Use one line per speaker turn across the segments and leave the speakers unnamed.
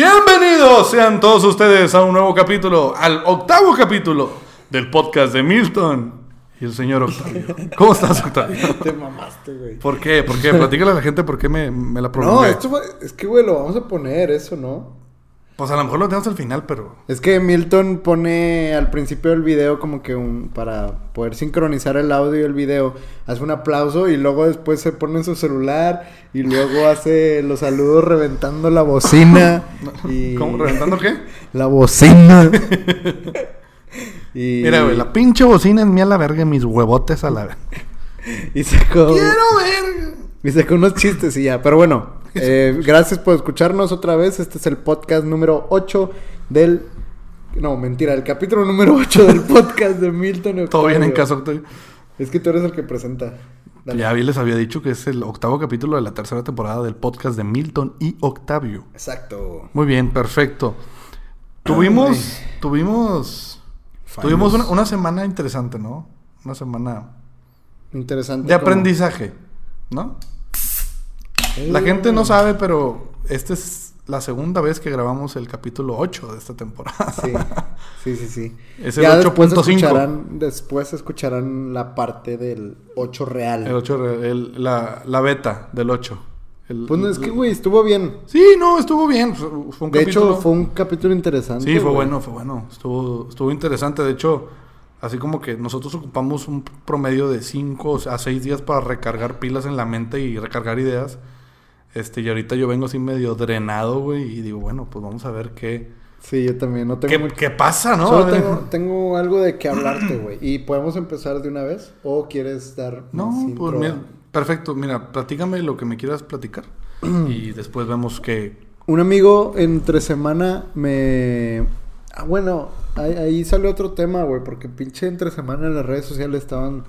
Bienvenidos sean todos ustedes a un nuevo capítulo, al octavo capítulo del podcast de Milton y el señor Octavio. ¿Cómo estás, Octavio?
Te mamaste, güey.
¿Por qué? ¿Por qué? Platícale a la gente por qué me, me la
No,
prolongué.
esto fue- es que, güey, lo vamos a poner, eso, ¿no?
Pues a lo mejor lo tenemos al final, pero...
Es que Milton pone al principio del video como que un... Para poder sincronizar el audio y el video, hace un aplauso y luego después se pone en su celular y luego hace los saludos reventando la bocina. y...
¿Cómo? ¿Reventando qué?
La bocina. y...
Mira, güey, la pinche bocina es mía la verga y mis huevotes a la...
Y sacó...
ver...
Y sacó unos chistes y ya. Pero bueno, eh, gracias por escucharnos otra vez. Este es el podcast número 8 del. No, mentira, el capítulo número 8 del podcast de Milton. y
Todo bien en
Octavio.
casa, Octavio.
Es que tú eres el que presenta. Dale.
Ya bien les había dicho que es el octavo capítulo de la tercera temporada del podcast de Milton y Octavio.
Exacto.
Muy bien, perfecto.
Ah,
Tuvimos, tuvimos, tuvimos una, una semana interesante, ¿no? Una semana
Interesante.
de
como-
aprendizaje, ¿no? La
Eh,
gente no sabe, pero esta es la segunda vez que grabamos el capítulo 8 de esta temporada.
Sí, sí, sí. sí.
Es el
Ya después
8.5.
escucharán- Después escucharán la parte del 8 real.
El 8, re- el- la, la beta del 8. El-
Pues no, es que, güey, estuvo bien.
Sí, no, estuvo bien. Fue fue un
De
capítulo-
hecho, fue un capítulo interesante.
Sí, fue
güey.
bueno, fue bueno. Estuvo, estuvo interesante. De hecho, así como que nosotros ocupamos un promedio de 5 a 6 días para recargar pilas en la mente y recargar ideas. Este, y ahorita yo vengo así medio drenado, güey, y digo, bueno, pues vamos a ver qué,
Sí, yo también. No tengo
qué,
mucho-
qué pasa, ¿no?
Solo tengo, tengo algo de qué hablarte, güey. ¿Y podemos empezar de una vez? ¿O quieres dar más
No, pues
intro?
mira, perfecto. Mira, platícame lo que me quieras platicar. y después vemos que...
Un amigo entre semana me... Ah, bueno, ahí, ahí sale otro tema, güey. Porque pinche entre semana en las redes sociales estaban...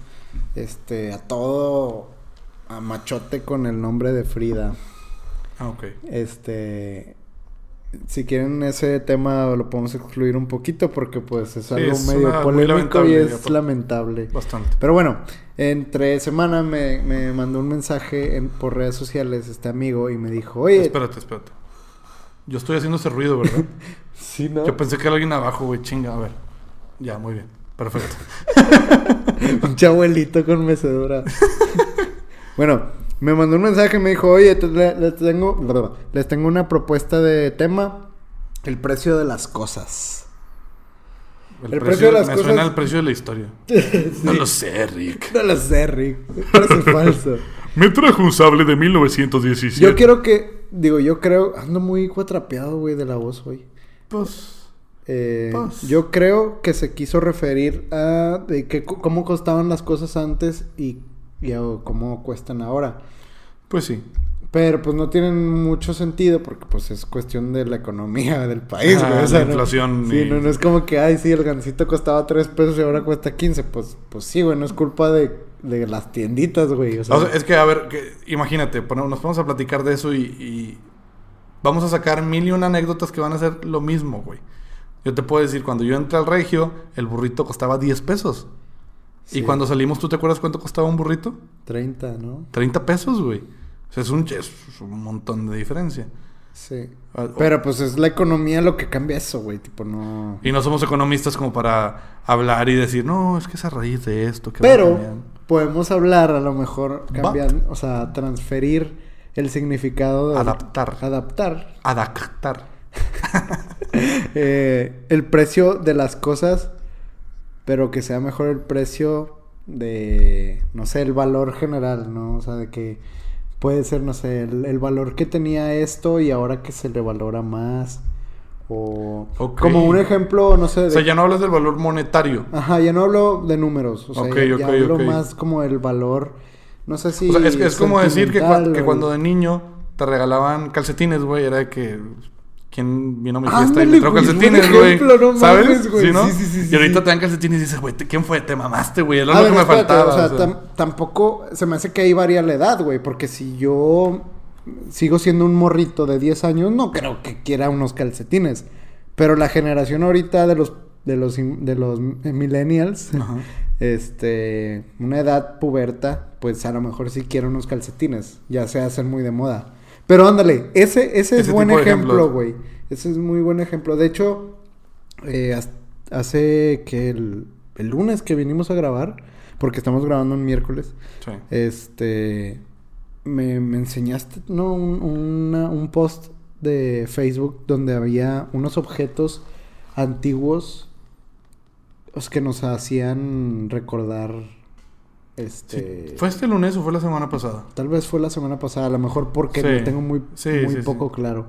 Este, a todo... A machote con el nombre de Frida.
Ah, ok.
Este... Si quieren ese tema lo podemos excluir un poquito porque pues es
Sí,
algo
es
medio
una- muy
polémico y
lamentable,
es
aparte.
lamentable.
Bastante.
Pero bueno, entre semana me, me mandó un mensaje en- por redes sociales este amigo y me dijo, oye,
Espérate, espérate. Yo estoy haciendo ese ruido, ¿verdad?
sí, ¿no?
Yo pensé que era alguien abajo, güey, chinga, a ver. Ya, muy bien. Perfecto.
Un chabuelito con mecedora. bueno, me mandó un mensaje y me dijo, oye, te- le- les tengo, les tengo una propuesta de tema, el precio de las cosas. El precio de las
me
cosas-
suena el precio de la historia. No lo sé, Rick.
No lo sé, Rick. Parece falso.
Me trajo un sable de 1917.
Yo quiero que, digo, yo creo, ando muy cuatrapeado, güey, de la voz hoy.
Pues,
Eh,
Pues.
Yo creo que se quiso referir a de que, cu- cómo costaban las cosas antes y, y a cómo cuestan ahora.
pues sí.
Pero pues no tienen mucho sentido porque pues es cuestión de la economía del país,
Ah,
güey.
la
o sea, no-
inflación
sí,
y-
no, no es como que, ay, sí, el gancito costaba 3 pesos y ahora cuesta 15. Pues, pues sí, güey, no es culpa de, de las tienditas, güey. O sea,
O sea, es que, a ver, que- imagínate, pone- nos vamos a platicar de eso y, y vamos a sacar mil y una anécdotas que van a ser lo mismo, güey. Yo te puedo decir, cuando yo entré al regio, el burrito costaba 10 pesos.
sí,
Y cuando salimos, ¿tú te acuerdas cuánto costaba un burrito?
30, ¿no?
30 pesos, güey. O sea, es un, es un montón de diferencia.
Sí.
Ah, o-
Pero pues es la economía lo que cambia eso, güey. Tipo, no...
Y no somos economistas como para hablar y decir, no, es que es a raíz de esto. Que va
Pero
cambiando".
podemos hablar a lo mejor
Va.
cambiando, o sea, transferir el significado de
Adaptar.
adaptar
Adaptar.
eh, el precio de las cosas, pero que sea mejor el precio de no sé, el valor general, ¿no? O sea, de que puede ser, no sé, el, el valor que tenía esto y ahora que se le valora más o
Ok.
como un ejemplo, no sé, de
O sea, ya no hablas del valor monetario.
Ajá, ya no hablo de números, o sea,
Ok,
ya,
ok,
ya hablo
ok.
más como el valor, no sé si...
o sea, es, es como decir que, cua-
sentimental
que
o-
cuando de niño te regalaban calcetines, güey, era de que... ¿Quién vino a mi
Ándale,
fiesta y me trajo
güey, buen
calcetines, güey?
ejemplo, no
¿Sabes?
mames, güey.
¿Sí, no?
Sí, sí, sí,
y
sí,
ahorita
sí.
te dan calcetines y dices, güey, te- ¿quién fue? Te mamaste, güey. Era
A
lo
ver,
que me
espérate,
faltaba.
O sea,
o sea.
tam- tampoco se me hace que ahí varía la edad, güey, porque si yo sigo siendo un morrito de 10 años, no creo que quiera unos calcetines, pero la generación ahorita de los, de los, in- de los eh, millennials,
Ajá.
este, una edad puberta, pues a lo mejor sí quiere unos calcetines, ya se hacen muy de moda. Pero ándale, ese, ese es
Ese
buen
tipo de
ejemplo,
ejemplos.
güey. Ese es muy buen ejemplo. De hecho, eh, has- hace que el, el lunes que vinimos a grabar, porque estamos grabando un miércoles,
Sí.
este, me, me enseñaste ¿no? un, una- un post de Facebook donde había unos objetos antiguos los que nos hacían recordar este
Sí. ¿Fue este lunes o fue la semana pasada?
tal vez fue la semana pasada a lo mejor porque
Sí.
lo tengo muy,
Sí,
muy
sí, sí.
poco claro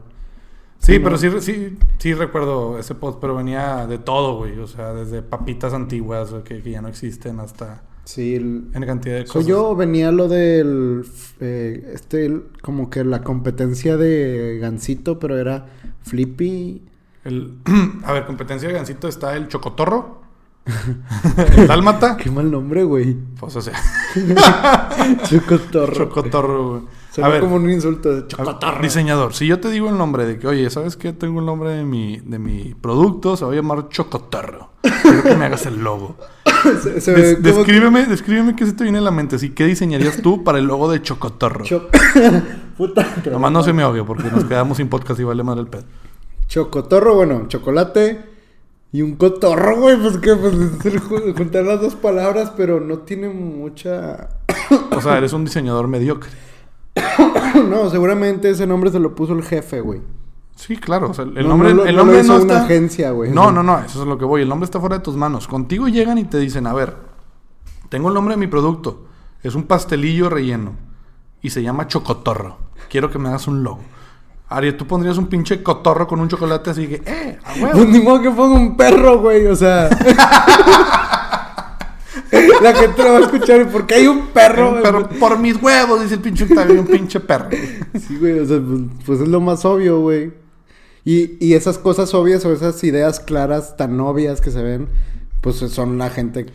Sí,
Sí,
pero
no.
sí, re- sí, sí recuerdo ese post, pero venía de todo, güey. O sea, desde papitas antiguas o que, que ya no existen hasta
sí el-
en cantidad de
soy
cosas.
yo venía lo del eh, este el- como que la competencia de Gansito pero era Flippy
El- a ver, competencia de Gancito está el Chocotorro, el Dálmata.
qué mal nombre güey
Pues, o sea,
Chocotorro
Chocotorro, güey.
Suena como un insulto de
A ver,
chocotorro.
Diseñador, si yo te digo el nombre de que, oye, ¿sabes qué? Tengo el nombre de mi, de mi producto, se va a llamar Chocotorro. Quiero que me hagas el logo.
se, se ve
Des-
como
descríbeme, descríbeme qué se te viene a la mente. Así, ¿Qué diseñarías tú para el logo de Chocotorro?
cho- Puta. pero-
Nomás no se me obvio porque nos quedamos sin podcast y vale madre el pedo.
Chocotorro, bueno, chocolate y un cotorro, güey. Pues que pues, es el ju- juntar las dos palabras, pero no tiene mucha.
O sea, eres un diseñador mediocre.
no, seguramente ese nombre se lo puso el jefe, güey.
Sí, claro. o sea, el
No,
nombre
no
no,
lo-
el
no lo
nombre
hizo
no
una
está-
agencia, güey.
No, no, no. Eso es lo que voy. El nombre está fuera de tus manos. Contigo llegan y te dicen, a ver, tengo el nombre de mi producto. Es un pastelillo relleno. Y se llama Chocotorro. Quiero que me hagas un logo. Ari, tú pondrías un pinche cotorro con un chocolate así que, eh, a
Pues
huevo.
ni modo que ponga un perro, güey, o sea. La gente lo va a escuchar y porque hay un perro,
Un
güey.
perro por mis huevos, dice el pinche Octavio, un pinche perro.
Sí, güey, o sea, pues, pues es lo más obvio, güey. Y, y esas cosas obvias o esas ideas claras tan obvias que se ven, pues son la gente,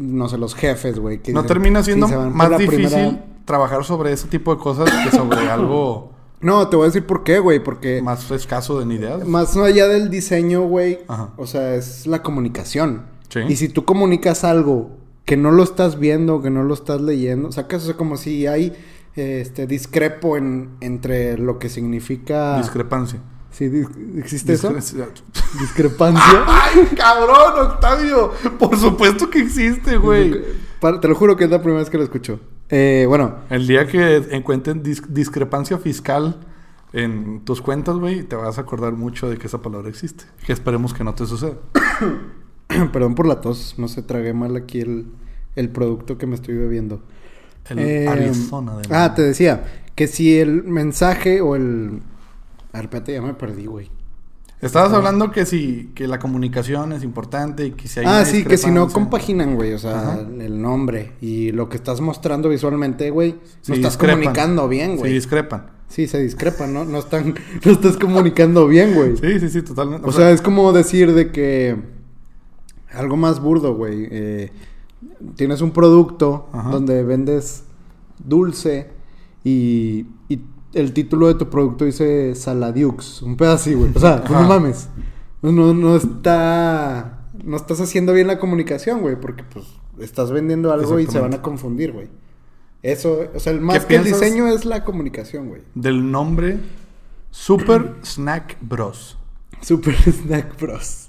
no sé, los jefes, güey. que
No
dicen,
termina siendo
"Sí, se van por
más
la
difícil
primera".
trabajar sobre ese tipo de cosas que sobre algo
No, te voy a decir por qué, güey, porque más,
más escaso de ideas.
allá del diseño, güey,
Ajá.
o sea, es la comunicación.
Sí.
Y si tú comunicas algo que no lo estás viendo, que no lo estás leyendo, sacas, o sea, como si hay eh, este discrepo en, entre lo que significa...
Discrepancia.
Sí, dis- ¿existe eso?
Discrepancia.
Discrepancia.
¡Ay, cabrón, Octavio! Por supuesto que existe, güey.
Pa- Te lo juro que es la primera vez que lo escucho. Eh, bueno,
El día que encuentren dis- discrepancia fiscal en tus cuentas, güey, te vas a acordar mucho de que esa palabra existe. Que esperemos que no te suceda.
perdón por la tos, no se tragué mal aquí el, el producto que me estoy bebiendo.
El
Eh,
Arizona de
Ah, te decía que si el mensaje o el. A ver, espérate, ya me perdí, güey.
Estabas hablando que si que la comunicación es importante y que si hay
Ah,
una
sí, que si no
discrepancia-
compaginan, güey, o sea,
Ajá.
el nombre y lo que estás mostrando visualmente, güey,
Sí,
no estás
discrepan.
comunicando bien,
Sí,
güey. Sí,
discrepan.
se discrepa, ¿no? No están, no estás comunicando bien, güey.
Sí, sí, sí, totalmente.
O sea, es como decir de que algo más burdo, güey. eh, tienes un producto
Ajá.
donde vendes dulce y, y el título de tu producto dice Saladiux. Un pedo así, güey. O sea, pues,
Ajá.
no mames. No, no está. No estás haciendo bien la comunicación, güey, porque pues estás vendiendo algo y se van
Exactamente.
a confundir, güey. Eso, o sea, el más que
piensas?
el diseño es la comunicación, güey.
del nombre Super Snack Bros.
Super Snack Bros.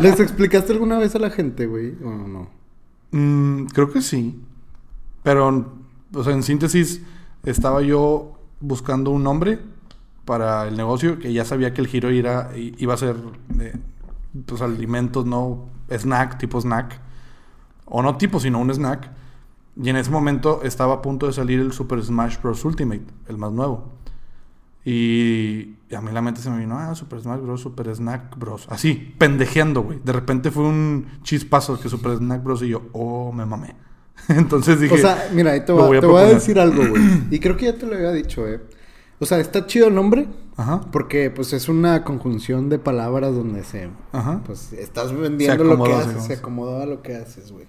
¿Les explicaste alguna vez a la gente, güey? O no.
Mm, creo que sí. Pero, o sea, en síntesis, estaba yo buscando un nombre para el negocio que ya sabía que el giro era- i- iba a ser eh, pues, alimentos, no snack, tipo snack. O no tipo, sino un snack. Y en ese momento estaba a punto de salir el Super Smash Bros. Ultimate, el más nuevo. Y y a mí la mente se me vino, ah, Super Smash Bros, Super Snack Bros. Así, pendejeando, güey. De repente fue un chispazo que Super Snack Bros. Y yo, oh, me mamé. Entonces dije,
o sea, mira, ahí te,
lo
va-
voy a
te voy a
proponer.
decir algo, güey. Y creo que ya te lo había dicho, eh. O sea, está chido el nombre
ajá,
porque pues es una conjunción de palabras donde se
ajá.
pues estás vendiendo
Se
lo que
acomodó,
haces,
se
se acomodó a lo que haces, güey.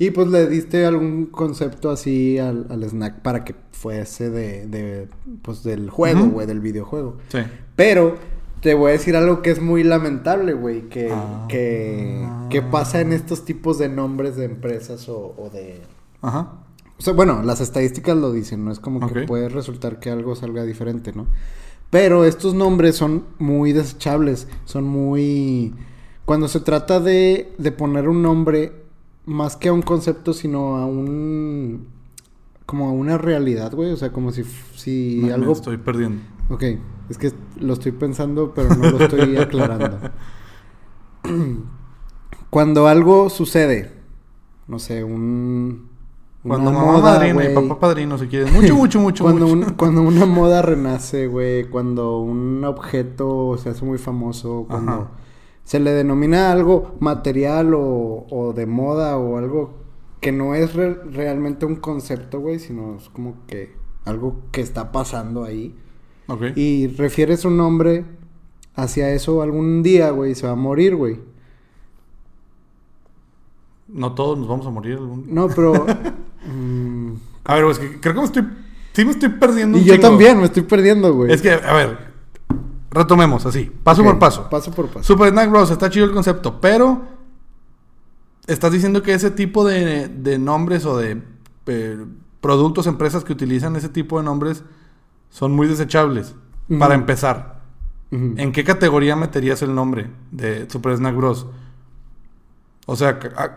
Y pues le diste algún concepto así al, al snack para que fuese de, de pues del juego,
Ujú.
güey, del videojuego.
Sí.
Pero te voy a decir algo que es muy lamentable, güey, que,
Ah.
que, que pasa en estos tipos de nombres de empresas o, o de,
Ajá.
O sea, bueno, las estadísticas lo dicen, ¿no? Es como que
Ok.
puede resultar que algo salga diferente, ¿no? Pero estos nombres son muy desechables, son muy... Cuando se trata de, de poner un nombre más que a un concepto, sino a un... como a una realidad, güey, o sea, como si, f- si
Me- me
algo...
estoy perdiendo.
Ok, es que lo estoy pensando, pero no lo estoy aclarando. Cuando algo sucede, no sé, un. una
Cuando mamá madrina y
güey.
papá padrino se quieren. Mucho, mucho, mucho.
cuando,
mucho.
un- cuando una moda renace, güey. Cuando un objeto se hace muy famoso. Cuando
Ajá.
se le denomina algo material o, o de moda o algo que no es re- realmente un concepto, güey, sino es como que algo que está pasando ahí.
Ok.
Y refieres un nombre hacia eso algún día, güey, se va a morir, güey.
No todos nos vamos a morir algún
No, pero... mm,
A ver, pues que creo que me estoy. Sí, me estoy perdiendo.
y
un
yo
chingo.
también, me estoy perdiendo, güey.
Es que, a ver. Retomemos así, paso
Ok,
por paso.
Paso por paso.
Super Snack Bros. Está chido el concepto, pero. Estás diciendo que ese tipo de, de nombres o de eh, productos, empresas que utilizan ese tipo de nombres son muy desechables.
Ujú.
Para empezar,
Ujú.
¿en qué categoría meterías el nombre de Super Snack Bros? O sea, ca- ah,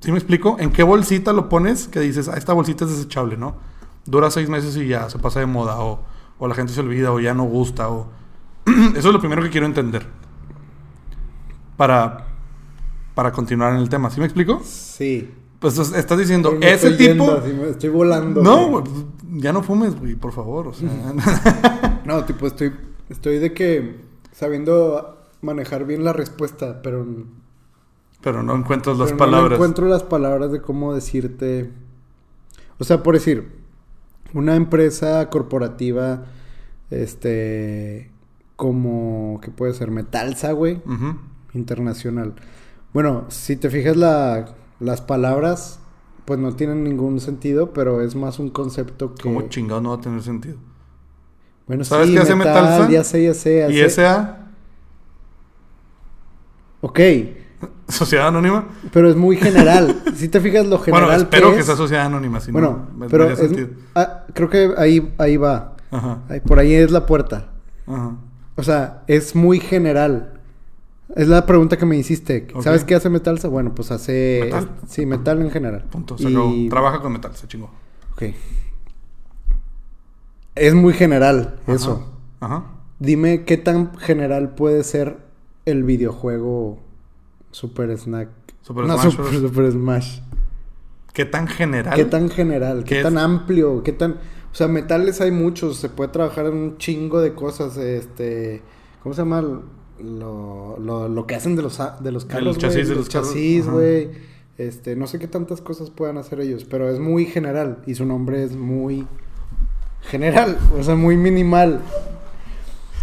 ¿sí me explico? ¿En qué bolsita lo pones que dices, ah, esta bolsita es desechable, ¿no? Dura seis meses y ya se pasa de moda, o, o la gente se olvida, o ya no gusta, o. Eso es lo primero que quiero entender. Para. Para continuar en el tema, ¿sí me explico?
Sí.
Pues es- estás diciendo,
Ay, me
ese
estoy
tipo.
yendo, así me estoy volando.
no,
güey.
güey, ya no fumes, güey, por favor. O sea,
No, tipo, estoy, estoy de que sabiendo manejar bien la respuesta, pero,
pero no encuentras las
pero no le
palabras.
encuentro las palabras de cómo decirte. O sea, por decir, una empresa corporativa, este, como que puede ser Metalsa, güey,
Ujú.
internacional. Bueno, si te fijas la- las palabras, pues no tienen ningún sentido, pero es más un concepto que.
¿Cómo chingado no va a tener sentido?
Bueno,
¿Sabes
sí,
qué hace
metal,
Metalsa?
Ya sé, ya sé.
Y
hace-
esa
Ok,
sociedad anónima.
pero es muy general. si te fijas lo general
bueno, espero que,
es-
sea sociedad anónima. Si
Bueno,
no, me- me
pero
haría
es-
sentido.
ah, creo que ahí, ahí va.
Ajá,
Ahí- por ahí es la puerta.
ajá.
O sea, es muy general. Es la pregunta que me hiciste.
Ok.
¿Sabes qué hace Metalsa? Bueno, pues hace...
Metal.
Sí, metal en general.
Punto. Se
Y-
acabó. Trabaja con metal, se chingó.
ok. Es muy general
Ajá,
eso.
Ajá.
Dime qué tan general puede ser el videojuego Super Snack.
Super
no,
Smash
Super,
Bros.
Super Smash.
¿Qué tan general?
¿Qué tan general? ¿Qué,
¿Qué
tan
es?
amplio? ¿Qué tan...? O sea, metales hay muchos. Se puede trabajar en un chingo de cosas. Este... ¿Cómo se llama? Lo, lo, lo que hacen de los, a- de los
De
carros,
los
güey,
chasis, de
los
los carros,
chasis,
ajá.
güey. Este... No sé qué tantas cosas puedan hacer ellos. Pero es muy general. Y su nombre es muy... General. O sea, muy minimal.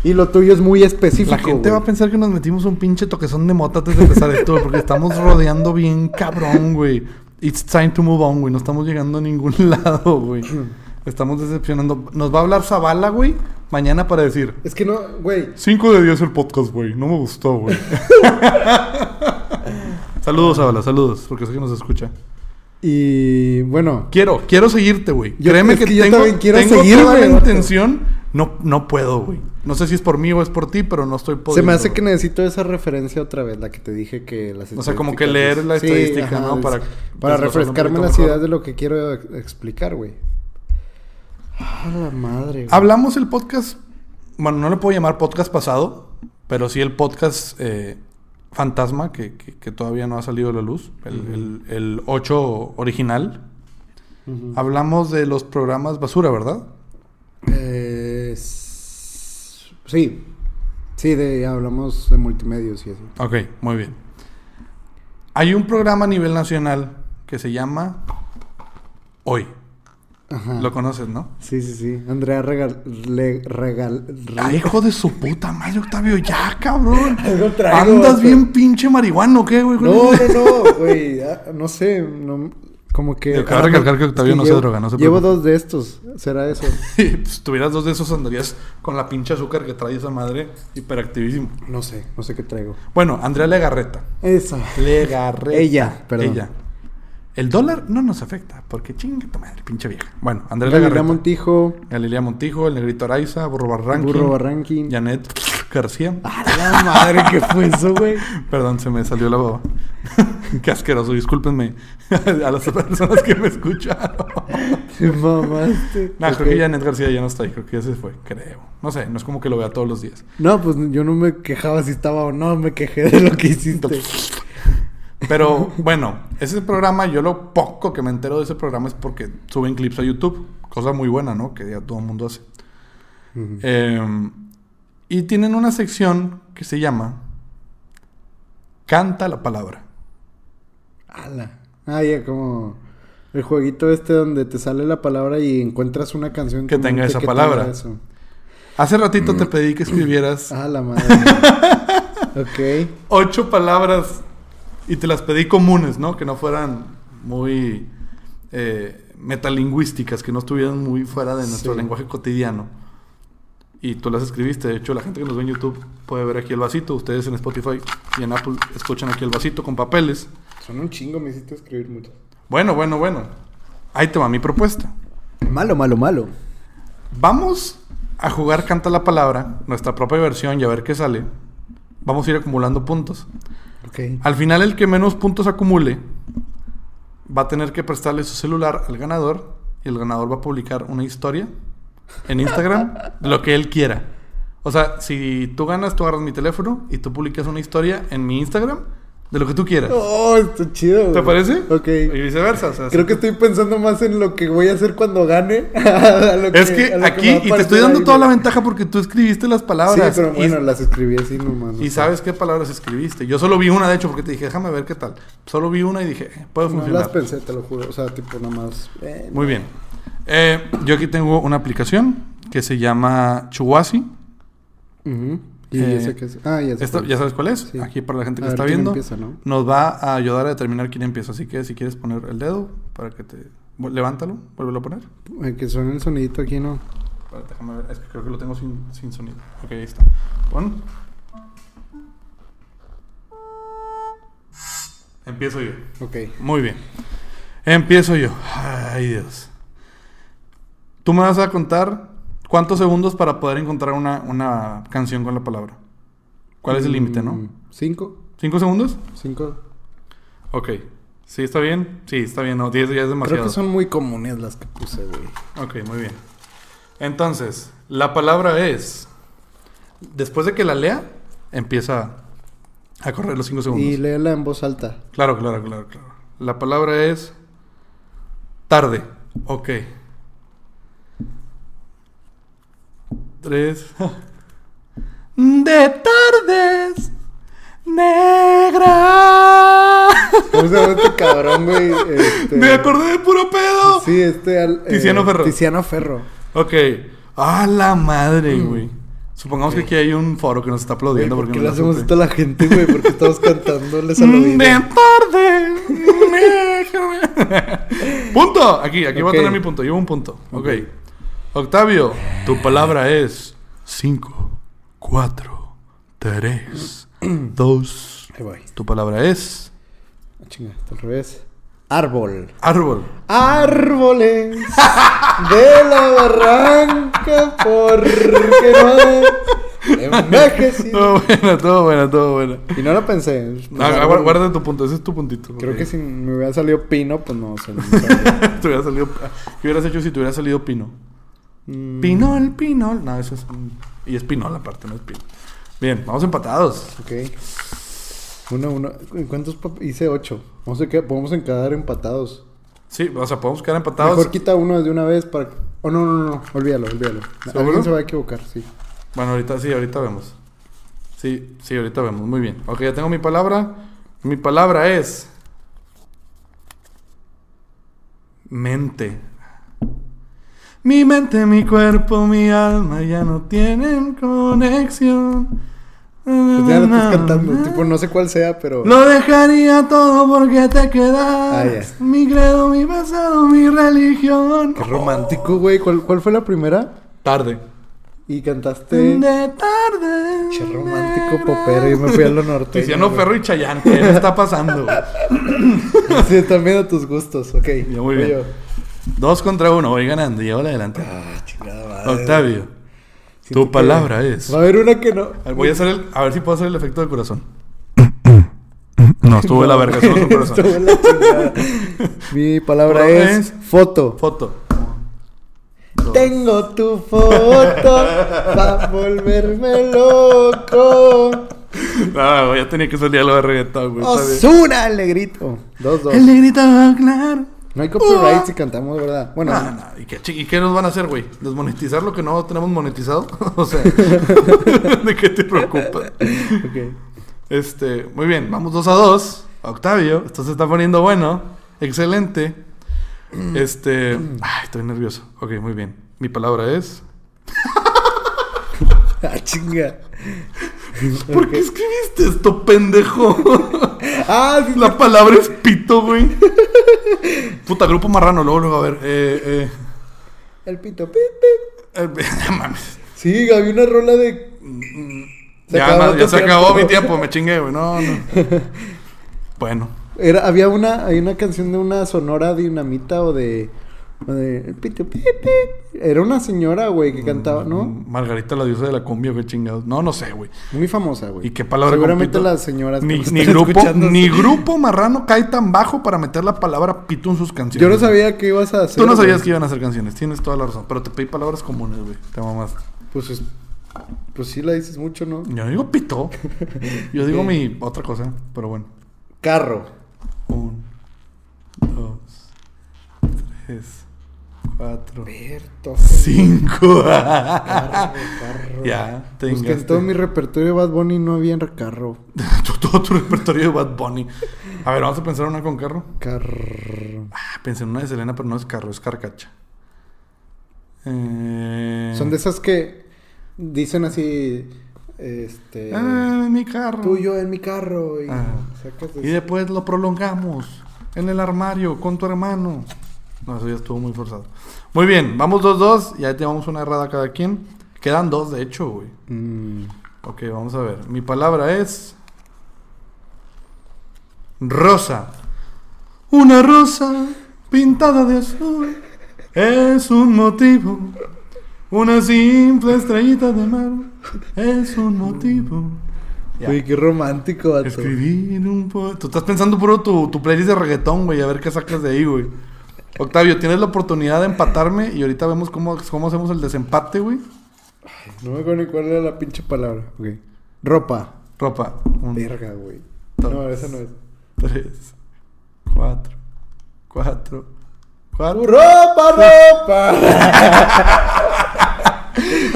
Y lo tuyo es muy específico,
La gente
güey.
va a pensar que nos metimos un pinche toquezón de mota antes de empezar esto, porque estamos rodeando bien cabrón, güey. It's time to move on, güey. No estamos llegando a ningún lado, güey. Estamos decepcionando. Nos va a hablar Zavala, güey, mañana para decir:
Es que no, güey.
5 de 10 el podcast, güey. No me gustó, güey. saludos, Zavala, saludos, porque sé que nos escucha.
Y bueno,
Quiero, quiero seguirte, güey.
Yo-
Créeme
es
que,
que yo
tengo,
también quiero
tengo
seguirme,
toda la
vato.
intención. No, no puedo, güey. No sé si es por mí o es por ti, pero no estoy pudiendo.
se me hace que
güey.
necesito esa referencia otra vez, la que te dije que las
O sea, como que
estadísticas-
leer la estadística, ¿no? Para-
es- para
desglosarlo un
refrescarme
poquito
las ideas
mejor.
de lo que quiero ex- explicar, güey. Ah, la madre. güey.
Hablamos el podcast. Bueno, no le puedo llamar podcast pasado, pero sí el podcast eh, fantasma que, que- que todavía no ha salido a la luz. El, el- el 8 original.
Ujú.
Hablamos de los programas basura, ¿verdad?
Eh, s- sí. Sí, de hablamos de multimedios y eso.
Ok, muy bien. Hay un programa a nivel nacional que se llama Hoy.
Ajá.
Lo conoces, ¿no?
Sí, sí, sí. Andrea regal le regal re-
Ah, hijo de su puta madre, Octavio, ya, cabrón.
Algo traigo,
Andas
vato.
bien pinche marihuano, ¿qué, güey?
No, no, no, güey. ah, No sé, no- como que. ah,
Yo acabo de recalcar que Octavio no se
llevo-
droga, no se
Llevo
preocupe.
dos de estos, será eso.
si pues, tuvieras dos de esos, andarías con la pinche azúcar que trae esa madre, hiperactivísimo.
No sé, no sé qué traigo.
Bueno, Andrea Legarreta.
Esa.
Legarreta.
Ella, perdón.
Ella. El dólar no nos afecta, porque chinga tu madre, pinche vieja. Bueno, Andrés
Galilea
Legarreta.
Montijo,
Galilea Montijo, el negrito Araiza, Burro Barranquín.
Burro Barranquín.
Janet García.
¡A la madre! ¿Qué fue eso, güey?
Perdón, se me salió la baba. Qué asqueroso, discúlpenme a las personas que me escucharon.
Te mamaste.
No,
Ok.
creo que Janet García ya no está ahí, creo que ya se fue, creo. No sé, no es como que lo vea todos los días.
No, pues yo no me quejaba si estaba o no, me quejé de lo que hiciste.
Pero bueno, ese programa, yo lo poco que me entero de ese programa es porque suben clips a YouTube, cosa muy buena, ¿no? Que ya todo el mundo hace.
Ujú.
Eh, y tienen una sección que se llama Canta la palabra.
¡Hala! Ah, ya como el jueguito este donde te sale la palabra y encuentras una canción
Que tenga
comente
esa palabra.
tenga eso.
Hace ratito te pedí que escribieras
Mm. ¡Ah, la madre! ok.
ocho palabras y te las pedí comunes, ¿no? Que no fueran muy eh, metalingüísticas, que no estuvieran muy fuera de nuestro
Sí.
lenguaje cotidiano. Y tú las escribiste. De hecho, la gente que nos ve en YouTube puede ver aquí el vasito. Ustedes en Spotify y en Apple escuchan aquí el vasito con papeles.
Son un chingo, me hiciste escribir mucho.
Bueno, bueno, bueno. Ahí te va mi propuesta.
Malo, malo, malo.
Vamos a jugar Canta la Palabra, nuestra propia versión y a ver qué sale. Vamos a ir acumulando puntos.
Ok.
Al final, el que menos puntos acumule va a tener que prestarle su celular al ganador y el ganador va a publicar una historia en Instagram de lo que él quiera. O sea, si tú ganas, tú agarras mi teléfono y tú publicas una historia en mi Instagram de lo que tú quieras.
¡Oh, está chido!
¿Te
güey.
parece? Y
Ok.
viceversa. o sea,
Creo que estoy pensando más en lo que voy a hacer cuando gane. a lo
Es que
a lo
aquí,
me va a
y te
aparecer
estoy dando
ahí,
toda la
güey.
ventaja porque tú escribiste las
Sí,
palabras.
pero
y-
bueno, las escribí así nomás. no
Y
sé.
sabes qué palabras escribiste. Yo solo vi una, de hecho, porque te dije, déjame ver qué tal. Solo vi una y dije, eh, puede
No
funcionar.
las pensé, te lo juro. O sea, tipo nada más. eh,
Muy bien. Eh, yo aquí tengo una aplicación que se llama Chuwasi.
ujú. Y
Eh,
ya sé qué es. Ah, ya sé.
Esta-
cuál
¿Ya
es.
sabes cuál es?
Sí.
Aquí para la gente que
A ver
está
quién
viendo.
empieza, ¿no?
Nos va a ayudar a determinar quién empieza. Así que si quieres poner el dedo para que te... vu- Levántalo, vuélvelo a poner.
Eh, que suena el sonidito aquí, ¿no?
Espérate, déjame ver. Es que creo que lo tengo sin, sin sonido. Ok, ahí está. Pon. Empiezo yo.
Ok.
Muy bien. Empiezo yo. Ay, Dios. Tú me vas a contar cuántos segundos para poder encontrar una, una canción con la palabra. ¿Cuál es el límite, no?
Mm, Cinco.
¿Cinco segundos?
Cinco.
Ok. ¿Sí está bien? Sí, está bien. No, diez ya es demasiado.
Creo que son muy comunes las que puse, güey.
Ok, muy bien. Entonces, la palabra es... Después de que la lea, empieza a correr los cinco segundos.
Y léela en voz alta.
Claro, claro, claro, claro. La palabra es tarde. Ok. Tres. De tardes negra.
Precisamente, cabrón, güey. Pues, Este...
Me acordé de puro pedo.
Sí, este. al-
Tiziano Ferro.
Tiziano Ferro.
Ok. A la madre, güey. Supongamos que aquí hay un foro que nos está
Güey,
aplaudiendo
¿Por
porque no
qué le
lo
hacemos
supe.
esto a la gente, güey? Porque estamos cantándoles al
Mm,
oído.
De tarde. punto. Aquí, aquí voy a
Ok.
tener mi punto. Llevo un punto. Ok.
Ok.
Octavio, tu palabra es 5, 4, 3, 2.
Ahí voy.
Tu palabra es
Ah, Chinga, está al revés. Árbol.
árbol.
Árboles de la barranca, porque no he envejecido.
Todo bueno, todo bueno, todo bueno.
Y no lo pensé.
Ah, ah, guar- Guarda tu punto, ese es tu puntito.
Creo
Ok.
que si me hubiera salido pino, pues no. se me salió.
Te hubiera salido- ¿Qué hubieras hecho si te hubiera salido pino?
Mm,
Pinol, pinol. No, eso es. un- Y es pinol, aparte, no es pino. Bien, vamos empatados.
Mm, Ok. Uno, uno. ¿Cuántos pap- hice? Ocho. Vamos a quedar, podemos quedar empatados.
Sí, o sea, podemos quedar empatados.
Mejor quita uno de una vez para. Oh, no, no, no. Olvídalo, olvídalo.
¿Seguro?
Alguien se va a equivocar, sí.
Bueno, ahorita sí, ahorita vemos. Sí, sí, ahorita vemos. Muy bien. Ok, ya tengo mi palabra. Mi palabra es. Mente. Mi mente, mi cuerpo, mi alma ya no tienen conexión.
Pues ya lo estás cantando. Tipo, no sé cuál sea, pero.
Lo dejaría todo porque te quedas.
Ah, ya.
Mi credo, mi pasado, mi religión.
Qué romántico, güey. ¿Cuál, ¿Cuál fue la primera?
Tarde.
Y cantaste.
De tarde.
Che, romántico disco popero. Yo me fui a lo norte.
Tiziano Ferro y Chayanne, ¿qué le está pasando? güey?
Sí, están viendo tus gustos, ok.
Ya, muy bien.
Oye,
Dos contra uno, voy ganando, llevo la adelante.
ah, chingada madre.
Octavio,
Siento
tu
que
palabra es.
Va a haber una que no.
A ver, Voy a hacer el. A ver si puedo hacer el efecto del corazón. No, estuve la verga, solo tu
Estuvo
corazón.
en la chingada. Mi palabra
Palabra
es
es
foto.
Foto.
Tengo tu foto para volverme loco.
Ah, güey, ya tenía que salir algo de reggaetón,
Oh,
güey. está bien.
Osuna, el negrito. Dos, dos.
El negrito va a claro.
No hay copyright si cantamos, ¿verdad? Bueno,
No, no, ¿y qué, chi- ¿y qué nos van a hacer, güey? ¿Desmonetizar lo que no tenemos monetizado? o sea, ¿de qué te preocupas?
ok.
Este, muy bien, vamos dos a dos. Octavio, esto se está poniendo bueno. Excelente. Este, ay, estoy nervioso. Ok, muy bien. Mi palabra es.
Ah, chinga.
¿Por qué escribiste esto, pendejo?
Ah, sí,
La palabra es pito, güey. Puta, grupo marrano, luego, luego, a ver. Eh,
el pito. Pip, pip.
eh, eh, no mames.
Sí, había una rola de. mm, Se
ya
acabó
ma-
tu
ya se
tiempo.
acabó mi tiempo, me chingué, güey. No, no. Bueno,
Era, había una, hay una canción de una sonora dinamita o de. o de el pito, pip, pip. Era una señora, güey, que cantaba,
Mm.
¿no?
Margarita, la diosa de la cumbia, güey, chingados. No, no sé, güey.
Muy famosa, güey.
¿Y qué palabra
Seguramente
con pito?
las señoras. que
ni,
nos
ni
están
grupo
escuchando-
ni grupo marrano cae tan bajo para meter la palabra pito en sus canciones.
Yo no sabía que ibas a hacer.
Tú no sabías que
güey.
iban a hacer canciones, tienes toda la razón. Pero te pedí palabras comunes, güey. Te mamaste.
Pues, es- pues sí la dices mucho, ¿no?
Yo no digo pito. Yo digo
Sí.
mi otra cosa, pero bueno.
Carro.
Un, dos, tres, cuatro,
Berto.
cinco.
Carro, carro.
ya, te
Pues que en
engaste.
todo mi repertorio de Bad Bunny no había carro.
todo tu repertorio de Bad Bunny. A ver, vamos a pensar una con carro.
Carro.
Ah, Pensé en una de Selena, pero no es carro, es carcacha. Eh,
Son de esas que dicen así. Este.
Ah, mi carro.
Tuyo en mi carro. Y,
Ah.
sacas de-
Y después lo prolongamos en el armario con tu hermano. No, eso ya estuvo muy forzado. Muy bien, vamos 2-2. Dos, dos. Ya llevamos una errada cada quien. Quedan dos, de hecho, güey.
Mm,
Ok, vamos a ver. Mi palabra es. Rosa. Una rosa pintada de azul es un motivo. Una simple estrellita de mar es un motivo. Ya.
Uy, qué romántico, vato.
Escribir un po... Tú estás pensando puro tu, tu playlist de reggaetón, güey. A ver qué sacas de ahí, güey. Octavio, tienes la oportunidad de empatarme y ahorita vemos cómo, cómo hacemos el desempate, güey.
No me acuerdo ni cuál era la pinche palabra. Ok. Ropa.
Ropa. Un,
Verga, güey.
Dos.
No, esa no es.
tres, cuatro, cuatro,
Tu
cuatro.
ropa, ropa.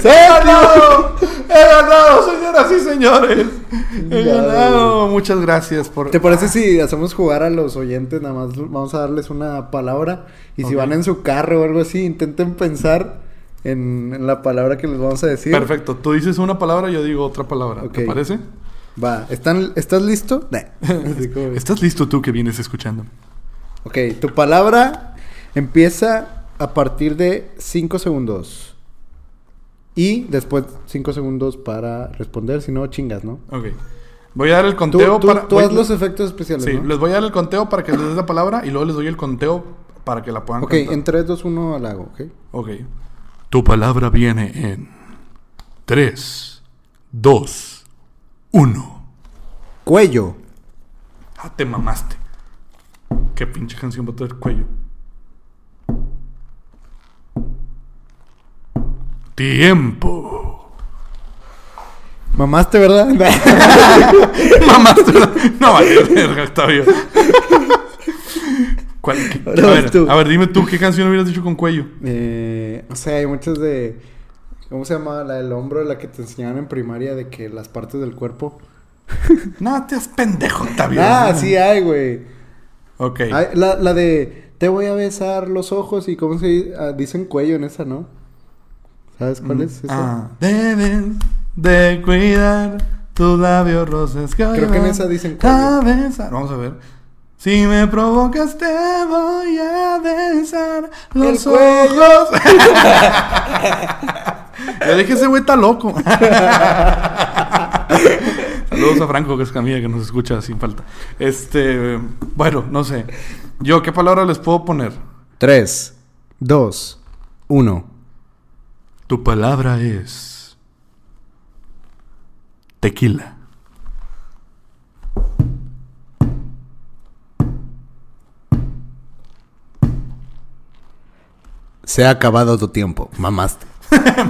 ¡Sergio!
¡He ganado, señoras y señores! ¡He
Ya,
ganado! Muchas gracias por...
¿Te parece si hacemos jugar a los oyentes? Nada más vamos a darles una palabra. Y si
Ok.
van en su carro o algo así, intenten pensar en, en la palabra que les vamos a decir.
Perfecto. Tú dices una palabra, yo digo otra palabra.
Ok.
¿Te parece?
Va, ¿están, ¿estás listo? Nah. Así como-
¿Estás listo tú que vienes escuchando?
ok, tu palabra empieza a partir de 5 segundos. Y después 5 segundos para responder, si no, chingas, ¿no?
Ok. Voy a dar el
Tú,
conteo
tú-
para...
tú
voy-
haz los efectos especiales,
Sí,
¿no?
les voy a dar el conteo para que les des la palabra y luego les doy el conteo para que la puedan
Ok,
cantar.
en 3, 2, 1 la hago, ¿ok?
Ok. Tu palabra viene en 3, 2, 1.
Cuello.
Ah, te mamaste. Qué pinche canción botó el cuello. Tiempo.
Mamaste, ¿verdad?
Mamaste. No vale, verga, Octavio. ¿Cuál- qué-
Ahora
a,
vas
ver,
tú.
a ver, dime tú qué canción hubieras dicho con cuello.
Eh, o sea, hay muchas de. ¿Cómo se llama? La del hombro, la que te enseñaban en primaria de que las partes del cuerpo.
No, te has pendejo, Octavio.
Ah, sí hay, güey.
Ok.
Hay- La, la de te voy a besar los ojos y cómo se di- ah, dicen cuello en esa, ¿no? ¿Sabes cuál es esa?
Ah. Debes de cuidar tus labios rosas.
Creo que en esa dicen
a besar. Vamos a ver. Si me provocas te voy a besar los
El cuello.
ojos. Yo dije ese güey está loco. Saludos a Franco que es Camilla que nos escucha sin falta. Este, bueno, no sé. Yo, ¿qué palabra les puedo poner?
3, 2, 1.
Tu palabra es. Tequila.
Se ha acabado tu tiempo. Mamaste.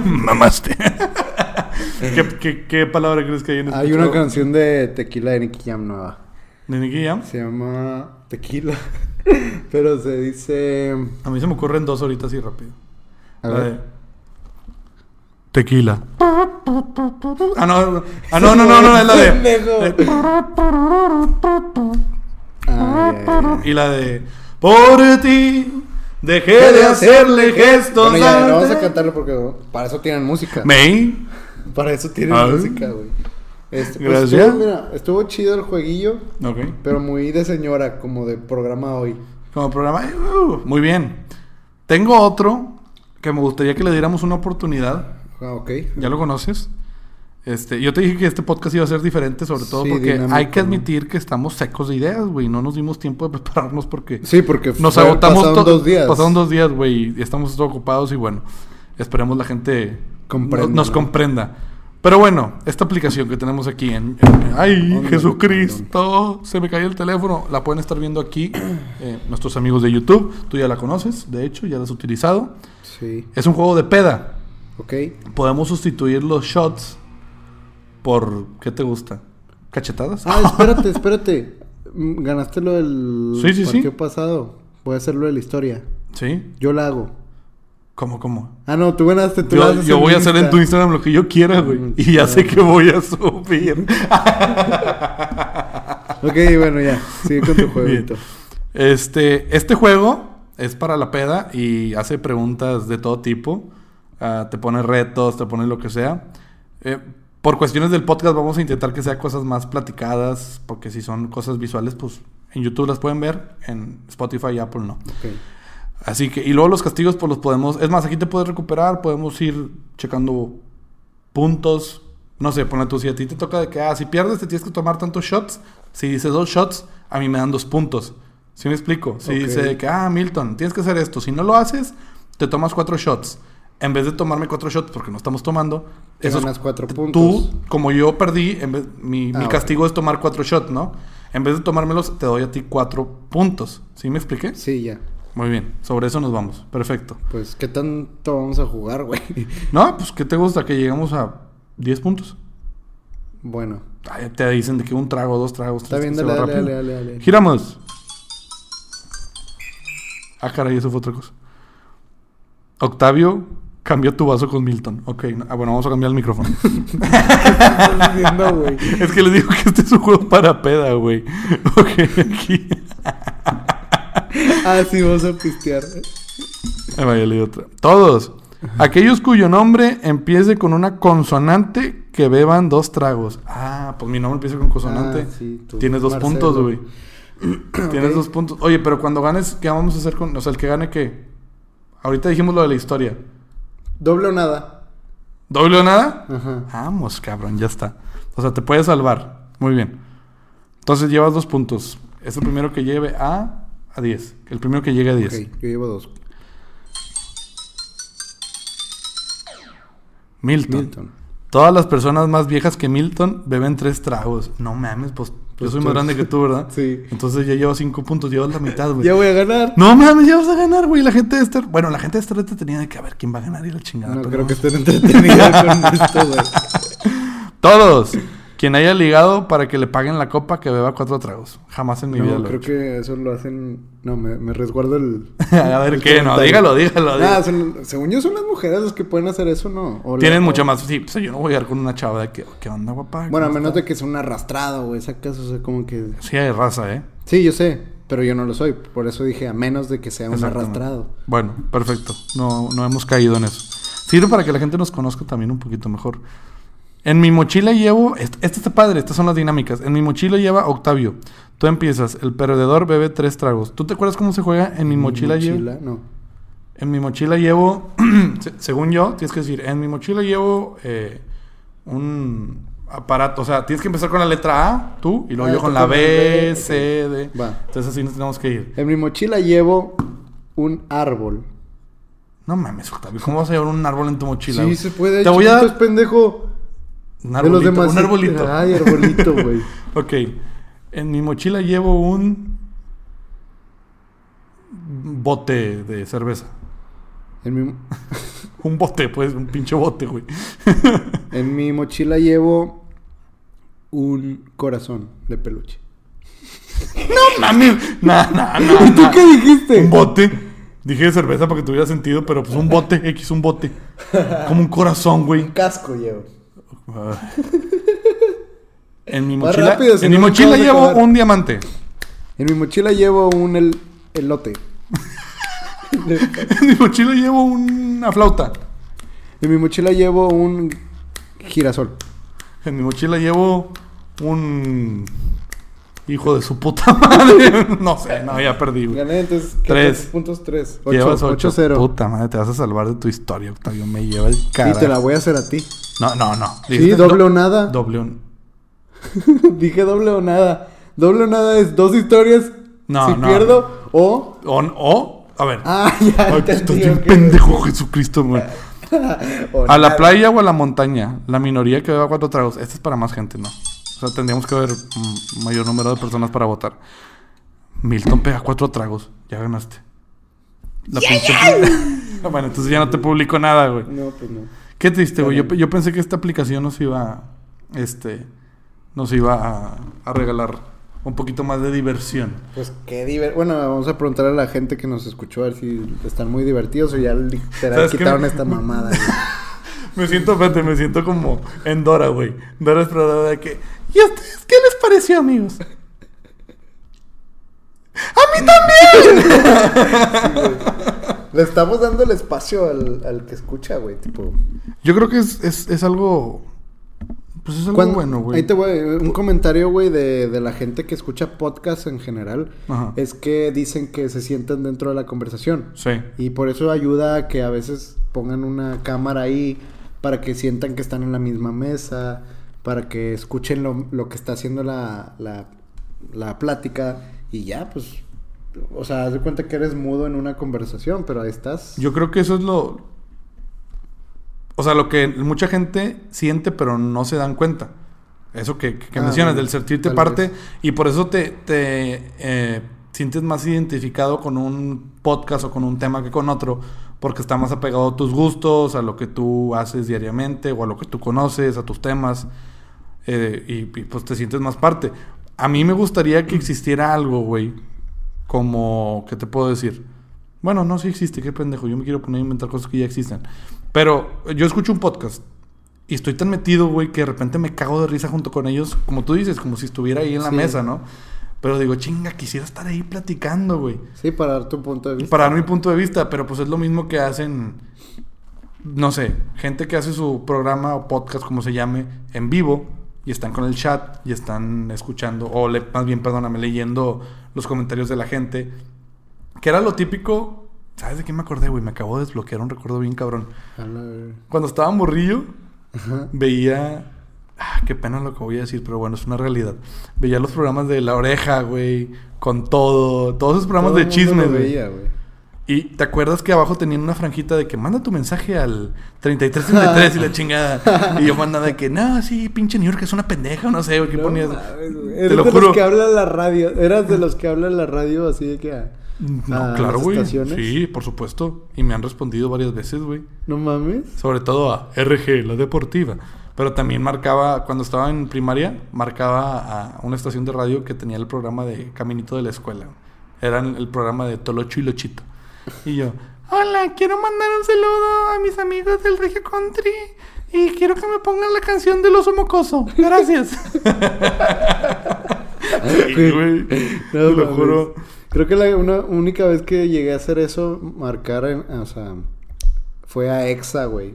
Mamaste. ¿Qué, qué, qué palabra crees que hay en este
Hay una
chavo?
canción de tequila de Nicky Jam nueva.
¿De Nicky Jam?
Se llama Tequila. Pero se dice.
A mí se me ocurren dos ahorita así rápido.
A
La
ver.
de- Tequila. Ah, no. Ah, no, no, no, no, es la de. eh,
Ah, ya, ya, ya.
Y la de. Por ti dejé de hacerle gestos.
Bueno, ya, no
al-
vamos a cantarlo porque ¿no? para eso tienen música.
May.
Para eso tienen
Ah.
música, güey. Este, pues,
Gracias.
Estuvo, mira, estuvo chido el jueguillo,
Ok.
pero muy de señora, como de programa hoy.
Como programa. eh, uh, muy bien. Tengo otro que me gustaría que le diéramos una oportunidad.
Ah, ok.
Ya lo conoces. Este, yo te dije que este podcast iba a ser diferente, sobre todo
Sí,
porque
dinámico,
hay que
¿no?
admitir que estamos secos de ideas, güey. No nos dimos tiempo de prepararnos porque
Sí, porque
nos
fue-
agotamos
pasaron
to-
dos días.
Pasaron dos días, güey, y estamos todos ocupados y bueno, esperemos la gente
Comprenda,
no- nos
¿no?
comprenda. Pero bueno, esta aplicación que tenemos aquí en... en- ¡Ay,
Ándale,
Jesucristo! Se me cayó el teléfono. La pueden estar viendo aquí eh, nuestros amigos de YouTube. Tú ya la conoces, de hecho, ya la has utilizado.
Sí.
Es un juego de peda.
Ok.
Podemos sustituir los shots por... ¿Qué te gusta? ¿Cachetadas?
Ah, espérate, espérate. Mm, Ganaste lo del
Sí, sí, sí.
partido pasado. Voy a hacer lo de la historia.
¿Sí?
Yo la hago.
¿Cómo, cómo?
Ah, no, tú ganaste. Tú la
Yo,
haces
yo
en
voy a
mi
hacer en
Insta.
tu Instagram lo que yo quiera, güey. Y ya sé que voy a subir.
Ok, bueno, ya. Sigue con tu jueguito.
Este, este juego es para la peda y hace preguntas de todo tipo. Ah, te pone retos, te pone lo que sea. Eh, por cuestiones del podcast vamos a intentar que sea cosas más platicadas, porque si son cosas visuales, pues en YouTube las pueden ver, en Spotify y Apple no.
Ok.
Así que, y luego los castigos, pues los podemos. Es más, aquí te puedes recuperar, podemos ir checando puntos. No sé, ponle tú, si a ti te toca de que, ah, si pierdes, te tienes que tomar tantos shots. Si dices dos shots, a mí me dan dos puntos. ¿Sí me explico? Si
Ok.
dice de que, ah, Milton, tienes que hacer esto. Si no lo haces, te tomas cuatro shots. En vez de tomarme cuatro shots, porque no estamos tomando,
Te
esos
ganas cuatro puntos.
Tú, como yo perdí, en vez- mi, mi
Ah, ok.
castigo es tomar cuatro shots, ¿no? En vez de tomármelos, te doy a ti cuatro puntos. ¿Sí me expliqué?
Sí, ya.
Muy bien, sobre eso nos vamos. Perfecto.
Pues, ¿qué tanto vamos a jugar, güey?
No, pues ¿qué te gusta? Que llegamos a 10 puntos.
Bueno.
Ay, te dicen de que un trago, dos tragos,
Está
tres,
bien,
se
dale,
va
dale, dale,
rápido.
dale, dale.
Giramos. Ah, caray, eso fue otra cosa. Octavio, cambió tu vaso con Milton. Ok, no- ah, bueno, vamos a cambiar el micrófono.
¿Qué estás diciendo, güey?
es que les digo que este es un juego para peda, güey. Ok, aquí.
Ah, sí, vamos a pistear.
Ahí va, ya leí otra. Todos. Aquellos cuyo nombre empiece con una consonante que beban dos tragos. Ah, pues mi nombre empieza con consonante.
Ah, sí, tú,
Tienes dos
Marcelo.
puntos, güey. Tienes
Ok.
dos puntos. Oye, pero cuando ganes, ¿qué vamos a hacer con.? O sea, el que gane, ¿qué? Ahorita dijimos lo de la historia.
Doble o nada.
¿Doble o nada?
Ajá.
Vamos, cabrón, ya está. O sea, te puedes salvar. Muy bien. Entonces llevas dos puntos. Es el primero que lleve a. a 10. El primero que llegue a 10.
Ok, yo llevo dos.
Milton.
Milton.
Todas las personas más viejas que Milton beben tres tragos. No mames, pues yo
Pues
soy
tú.
más grande que tú, ¿verdad?
Sí.
Entonces ya llevo cinco puntos, llevas la mitad, güey.
Ya voy a ganar.
Pues No mames, ya vas a ganar, güey. La gente de estar. Bueno, la gente de estar entretenida de que a ver quién va a ganar y la chingada.
No,
pero
creo que
vamos.
estén entretenidos con esto, güey.
Todos. Quien haya ligado para que le paguen la copa que beba cuatro tragos. Jamás en mi vida
No,
lo he
creo
hecho.
que eso lo hacen. No, me, me resguardo el.
a ver
el
qué, no,
comentario.
dígalo, dígalo. dígalo.
Ah, son- según yo, son las mujeres las que pueden hacer eso, ¿no? O la-
Tienen
o-
mucho más. Sí, o sea, yo no voy a ir con una chava de que, "Oh, ¿qué onda, guapa?
Bueno, a
¿Cómo
menos
estás?
de que sea un arrastrado, güey. Sacas, o sea, como que.
Sí, hay raza, ¿eh?
Sí, yo sé, pero yo no lo soy. Por eso dije, a menos de que sea un
Exactamente.
arrastrado.
Bueno, perfecto. No, no hemos caído en eso. Sirve para que la gente nos conozca también un poquito mejor. En mi mochila llevo. Este, este está padre, estas son las dinámicas. En mi mochila lleva Octavio. Tú empiezas, el perdedor bebe tres tragos. ¿Tú te acuerdas cómo se juega? En mi mochila, llevo.
Mochila, no.
En mi mochila llevo. se- según yo, tienes que decir, en mi mochila llevo eh, un. aparato. O sea, tienes que empezar con la letra A, tú, y luego
Ah,
yo con
tú
la
con
B,
la B,
C, D.
Va.
Entonces así nos tenemos que ir.
En mi mochila llevo un árbol.
No mames, Octavio, ¿cómo vas a llevar un árbol en tu mochila?
Sí,
güey?
se puede.
Te voy a
chiquitos, pendejo.
un arbolito.
de los demás.
un arbolito.
Ay, arbolito, güey.
Ok. En mi mochila llevo un bote de cerveza.
En mi,
Un bote, pues, un pinche bote, güey.
en mi mochila llevo un corazón de peluche.
Mami, nah, nah, nah,
¿Y tú
nah.
qué dijiste?
Ah, Un bote. Dije de cerveza para que tuviera sentido, pero pues un bote, X, un bote. Como un corazón, güey.
casco llevo.
Ah. En mi
Más
mochila,
rápido, si
en mi
no, no
mochila
acabas de
llevo
acabar.
un diamante.
En mi mochila llevo un el- elote.
En mi mochila llevo una flauta.
En mi mochila llevo un girasol.
En mi mochila llevo un hijo de su puta madre. No sé, no, ya perdí, güey.
Gané, entonces. ¿qué
Tres.
tantos Puntos tres.
Llevas
Ocho, ocho,
8-0.
cero.
Puta madre, te vas a salvar de tu historia, Octavio. Me lleva el
Y
carajo.
te la voy a hacer a ti.
No, no, no.
Sí,
Dijiste
doble
do-
o nada.
Doble o-
Dije doble o nada. Doble o nada es dos historias.
No,
si
no.
pierdo o.
on- O, a ver.
Ah, ya.
Ay, tú estás
entendí,
bien
ok.
pendejo, Jesucristo, güey.
O
A la
nada.
playa o a la montaña. La minoría que beba cuatro tragos. Este es para más gente, ¿no? O sea, tendríamos que haber mm, mayor número de personas para votar. Milton pega cuatro tragos. Ya ganaste. La pinche- bueno, entonces ya no te publico nada, güey.
No, pues no.
Qué triste, güey. Yo, pe- yo pensé que esta aplicación nos iba, este, nos iba a, a regalar un poquito más de diversión.
Pues qué divertido. Bueno, vamos a preguntar a la gente que nos escuchó a ver si están muy divertidos o ya literal
¿Sabes qué?
quitaron esta mamada. güey.
Me siento, fíjate, me siento como en Dora, güey. Dora Exploradora de que... ¿Y a ustedes qué les pareció, amigos? ¡A mí también!
Le estamos dando el espacio al, al que escucha, güey. Tipo.
Yo creo que es, es, es algo... Pues es algo
Cuando-
bueno, güey.
Ahí te voy, un comentario, güey, de, de la gente que escucha podcast en general.
Ajá.
Es que dicen que se sienten dentro de la conversación.
Sí.
Y por eso ayuda a que a veces pongan una cámara ahí para que sientan que están en la misma mesa, para que escuchen lo, lo que está haciendo la, la, la plática y ya, pues, o sea, haz de cuenta que eres mudo en una conversación, pero ahí estás.
Yo creo que eso es lo... O sea, lo que mucha gente siente pero no se dan cuenta. Eso que, que- que
Ah,
mencionas,
bueno,
del sentirte
tal
parte.
vez.
Y por eso te, te, eh, sientes más identificado con un podcast o con un tema que con otro. Porque está más apegado a tus gustos, a lo que tú haces diariamente o a lo que tú conoces, a tus temas. eh, y, y, pues te sientes más parte. A mí me gustaría
Mm.
que existiera algo, güey. Como, ¿qué te puedo decir? Bueno, no, sí existe, qué pendejo. Yo me quiero poner a inventar cosas que ya existen. Pero eh, yo escucho un podcast y estoy tan metido, güey, que de repente me cago de risa junto con ellos, como tú dices, como si estuviera ahí en la
Sí.
mesa, ¿no? Pero digo, chinga, quisiera estar ahí platicando, güey.
Sí, para dar tu punto de vista.
Para dar mi punto de vista, pero pues es lo mismo que hacen, no sé, gente que hace su programa o podcast, como se llame, en vivo, y están con el chat, y están escuchando, o le- más bien, perdóname, leyendo los comentarios de la gente, que era lo típico, ¿sabes de qué me acordé, güey? Me acabo de desbloquear un recuerdo bien cabrón.
A la ver-
Cuando estaba morrillo,
Ajá.
veía... Ah, qué pena lo que voy a decir, pero bueno, es una realidad. Veía los programas de La Oreja, güey, con todo, todos esos programas
Todo el
de
mundo
chismes,
lo
güey.
veía, güey.
Y te acuerdas que abajo tenían una franjita de que manda tu mensaje al 3333 y la chingada. Y yo mandaba de que, no, sí, pinche New York es una pendeja, no sé, güey, ¿qué
No
ponías?
mames, güey.
Te
Eres
lo
de
juro.
los que habla la radio. Eras de los que habla la radio así de que. "Ah, a-
No,
a
Mm, claro,
las
güey.
estaciones.
Sí, por supuesto. Y me han respondido varias veces, güey.
No mames.
Sobre todo a RG, la deportiva. Pero también marcaba, cuando estaba en primaria, marcaba a una estación de radio que tenía el programa de Caminito de la Escuela. Era el el programa de Tolocho y Lochito. Y yo, hola, quiero mandar un saludo a mis amigos del Regio Country y quiero que me pongan la canción del oso mocoso. Gracias. Sí, güey.
No
Te lo
mames.
juro.
Creo que la una única vez que llegué a hacer eso, marcar en, o sea, fue a EXA, güey.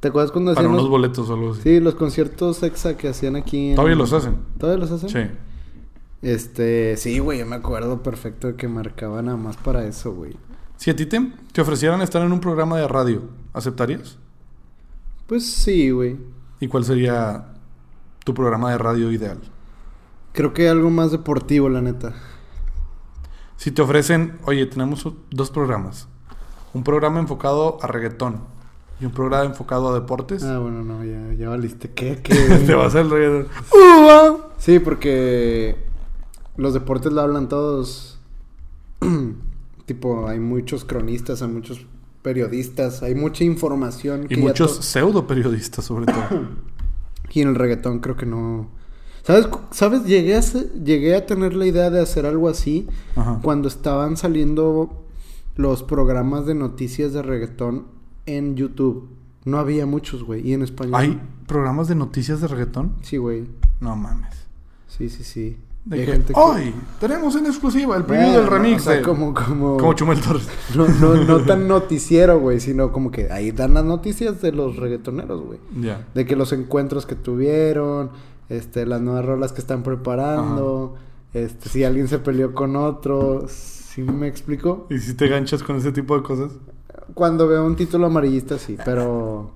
¿Te acuerdas cuando
Para
hacían
unos
los,
boletos o algo así.
Sí, los conciertos EXA que hacían aquí en
Todavía los hacen.
¿Todavía los hacen?
Sí.
Este, sí, güey, yo me acuerdo perfecto de que marcaba nada más para eso, güey.
Si a ti te, te ofrecieran estar en un programa de radio, ¿aceptarías?
Pues sí, güey.
¿Y cuál sería tu tu programa de radio ideal?
Creo que algo más deportivo, la neta.
Si te ofrecen, oye, tenemos dos programas. Un programa enfocado a reggaetón y un programa enfocado a deportes.
Ah, bueno, no, ya, ya valiste. ¿Qué? ¿Qué?
Pues te vas al reggaetón.
Sí, porque los deportes lo hablan todos. tipo, hay muchos cronistas, hay muchos periodistas, hay mucha información.
Y
ya
muchos
to-
pseudo periodistas, sobre todo.
Y en el reggaetón creo que no. ¿Sabes? cu- ¿Sabes? Llegué a, se- llegué a tener la idea de hacer algo así
Ajá.
cuando estaban saliendo los programas de noticias de reggaetón en YouTube. No había muchos, güey. Y en español.
¿Hay programas de noticias de reggaetón?
Sí, güey.
No mames.
Sí, sí, sí.
De
Y hay
que,
gente que- Eh,
Hoy tenemos en exclusiva el preview
Bueno,
del remix.
o sea,
de-
como, como...
como Chumel Torres.
No, no, no tan noticiero, güey, sino como que ahí dan las noticias de los reggaetoneros, güey.
Ya.
De que los encuentros que tuvieron, este, las nuevas rolas que están preparando, este, si alguien se peleó con otro, ¿sí me explico?
¿Y si te ganchas con ese tipo de cosas?
Cuando veo un título amarillista sí, pero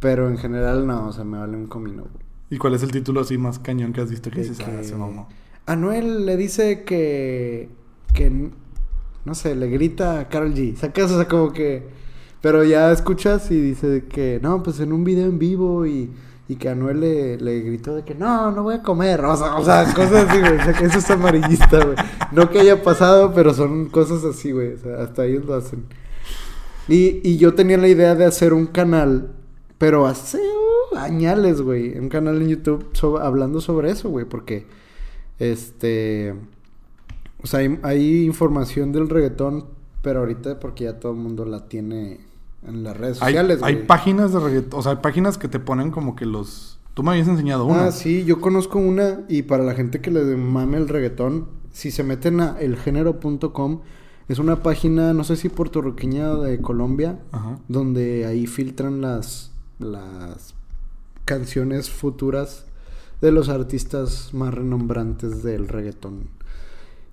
pero en general no, o sea, me vale un comino, güey.
¿Y cuál es el título así más cañón que has visto que
De Pues
dices, ah,
que-
se mamó"?
Anuel le dice que. que. n- no sé, le grita a Carol G. Sacas, o sea, como que. Pero ya escuchas y dice que no, pues en un video en vivo y, y que Anuel le, le gritó de que no, no voy a comer. O sea, o sea, cosas así, güey. O sea, que eso es amarillista, güey. No que haya pasado, pero son cosas así, güey. O sea, hasta ellos lo hacen. Y, y yo tenía la idea de hacer un canal, pero hace uh, añales, güey. Un canal en YouTube so- hablando sobre eso, güey. Porque, este... O sea, hay, hay información del reggaetón, pero ahorita porque ya todo el mundo la tiene en las redes
Hay,
sociales,
hay
güey.
páginas de reggaetón, o sea, hay páginas que te ponen como que los... Tú me habías enseñado una.
Ah, sí, yo conozco una y para la gente que le mame el reggaetón, si se meten a elgénero.com, es una página, no sé si puertorriqueña de Colombia,
Ajá.
donde ahí filtran las las canciones futuras de los artistas más renombrantes del reggaetón.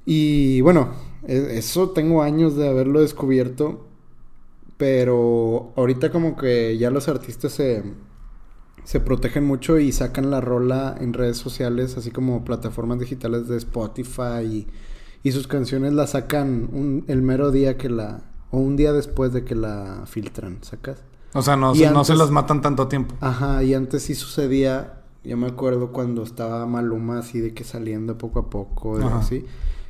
Y bueno, e- eso tengo años de haberlo descubierto, pero ahorita como que ya los artistas se se protegen mucho y sacan la rola en redes sociales, así como plataformas digitales de Spotify y, y sus canciones la sacan un- el mero día que la o un día después de que la filtran, ¿sacas?
O sea, no,
Y
se, no se
antes-
las matan tanto tiempo.
Ajá, y antes sí sucedía, yo me acuerdo cuando estaba Maluma así de que saliendo poco a poco, de-
Ajá.
así,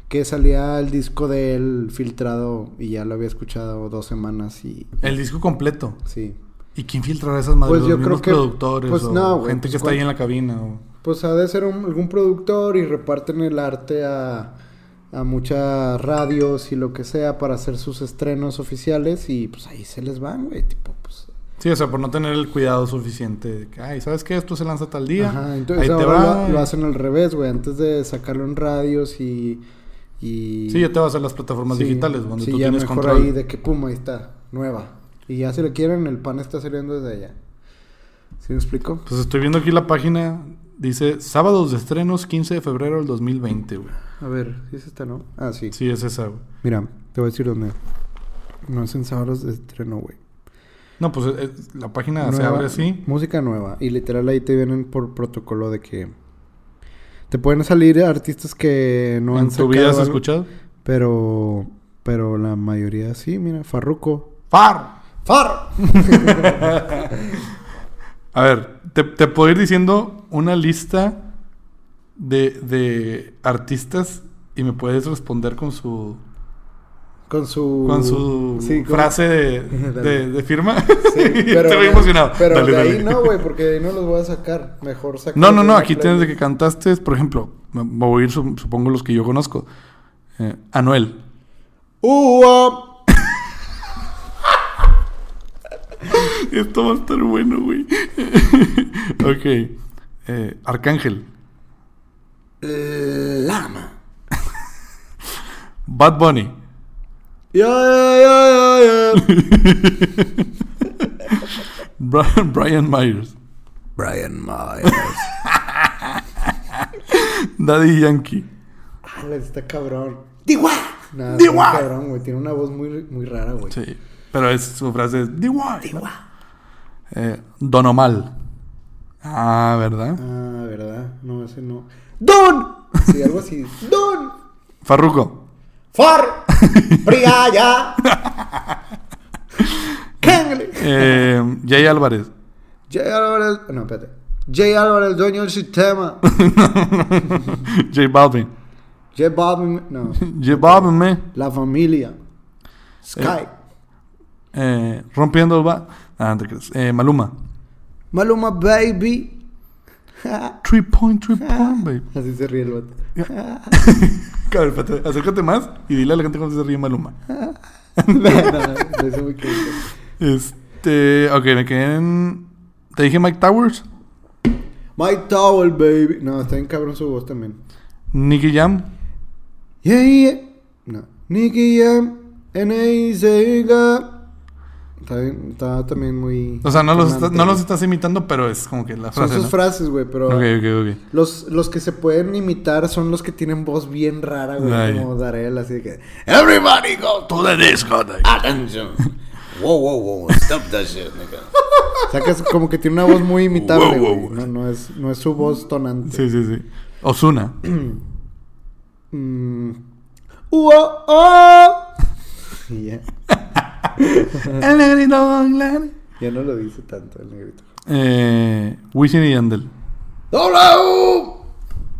que salía el disco de él filtrado y ya lo había escuchado dos semanas y
El disco completo.
sí.
¿Y quién filtrará esas madres?
Pues
¿Los
yo creo
mismos
que-
productores
pues
o
no, güey,
gente
pues
que está
cuál-
ahí en la cabina? o-
Pues ha de ser un- algún productor y reparten el arte a, a muchas radios y lo que sea para hacer sus estrenos oficiales y pues ahí se les van, güey, tipo, pues...
Sí, o sea, por no tener el cuidado suficiente. de que, Ay, ¿sabes qué? Esto se lanza tal día.
Ajá, entonces
ahí te
ahora
va.
lo, lo hacen al revés, güey, antes de sacarlo en radios y... y
Sí, ya te vas a las plataformas
sí,
digitales donde
sí,
tú
ya
tienes
mejor
control.
ahí de que pum, ahí está, nueva. Y ya si le quieren, el pan está saliendo desde allá. ¿Sí me explico?
Pues estoy viendo aquí la página. Dice sábados de estrenos 15 de febrero del 2020, güey.
A ver, ¿sí es esta, no? Ah, sí.
Sí, es esa, güey.
Mira, te voy a decir dónde. No es en sábados de estreno, güey.
No, pues eh, la página se
Nueva-
abre así.
Música nueva. Y literal ahí te vienen por protocolo de que... Te pueden salir artistas que no han
¿En tu
sacado
vida has
algo,
escuchado?
Pero... Pero la mayoría sí, mira. Farruco.
¡Far!
¡Far!
A ver, te, te puedo ir diciendo una lista de, de artistas y me puedes responder con su,
Con su...
con su
Uh, Sí, con-
frase de,
Dale.
de- de firma.
Sí,
Te voy emocionado.
Pero
Dale,
de
dale.
ahí no, güey. Porque de ahí no los voy a sacar. Mejor sacar...
No, no, no,
una
aquí
playlist.
tienes de que cantaste, por ejemplo, me me voy a ir, su- supongo, los que yo conozco. Eh, Anuel.
¡Uh! ah.
Esto va a estar bueno, güey. ok. Eh, Arcángel.
Lama.
Bad Bunny.
Ya, ya, ya, ya, ya.
Bri- Brian Myers.
Brian Myers.
Daddy Yankee.
Ala, Ah, está cabrón.
¡Diwa!
Nada, está
¡Diwa!
muy cabrón, güey. Tiene una voz muy, muy rara, güey.
Sí. Pero es su frase es "Diwa", ¿no? Eh, Don Omar. Ah, ¿verdad?
Ah, ¿verdad? No, ese no. ¡Don! Sí, algo así. ¡Don!
Farruco. ah,
¡For! ¡Briaya! ¡Kangli!
Eh, Jay Álvarez.
J. Álvarez. No, espérate. J. Álvarez, dueño del sistema.
J Balvin.
J. Bob. No.
J Balvin, me.
La familia. Sky.
Eh, rompiendo el ba... Ah, no te creas. Eh, Maluma.
Maluma Baby.
Three point, three point, baby.
Así se ríe el vato.
Cabrón, espérate, acércate más y dile a la gente cómo se ríe Maluma.
No, no, no, de eso me quedé.
Este. Ok, me quedé en. ¿Te dije Mike Towers?
My Towel Baby. No, está bien cabrón su voz también.
Nicky Jam.
Yeah, yeah. No. Nicky Jam. N.A. Sega. Está, bien- está también muy.
O sea, no los, está-
sonante.
no los estás imitando, pero es como que la
Son
frase.
sus
¿no?
frases, güey, pero.
Ok, ok, ok.
Los, los que se pueden imitar son los que tienen voz bien rara, güey.
Ay.
Como Darel, así de que.
Everybody go to the disco.
Attention. Whoa, whoa, whoa. Stop that shit, nigga.
O sea, que es como que tiene una voz muy imitable,
Wow, wow,
güey. No, no, es, no es su voz tonante.
Sí, sí, sí. Osuna.
Mm. Uo, oh. Y ya.
El negrito Aguilar.
Ya no lo dice tanto el negrito.
Eh, Wisin y Yandel.
¡W!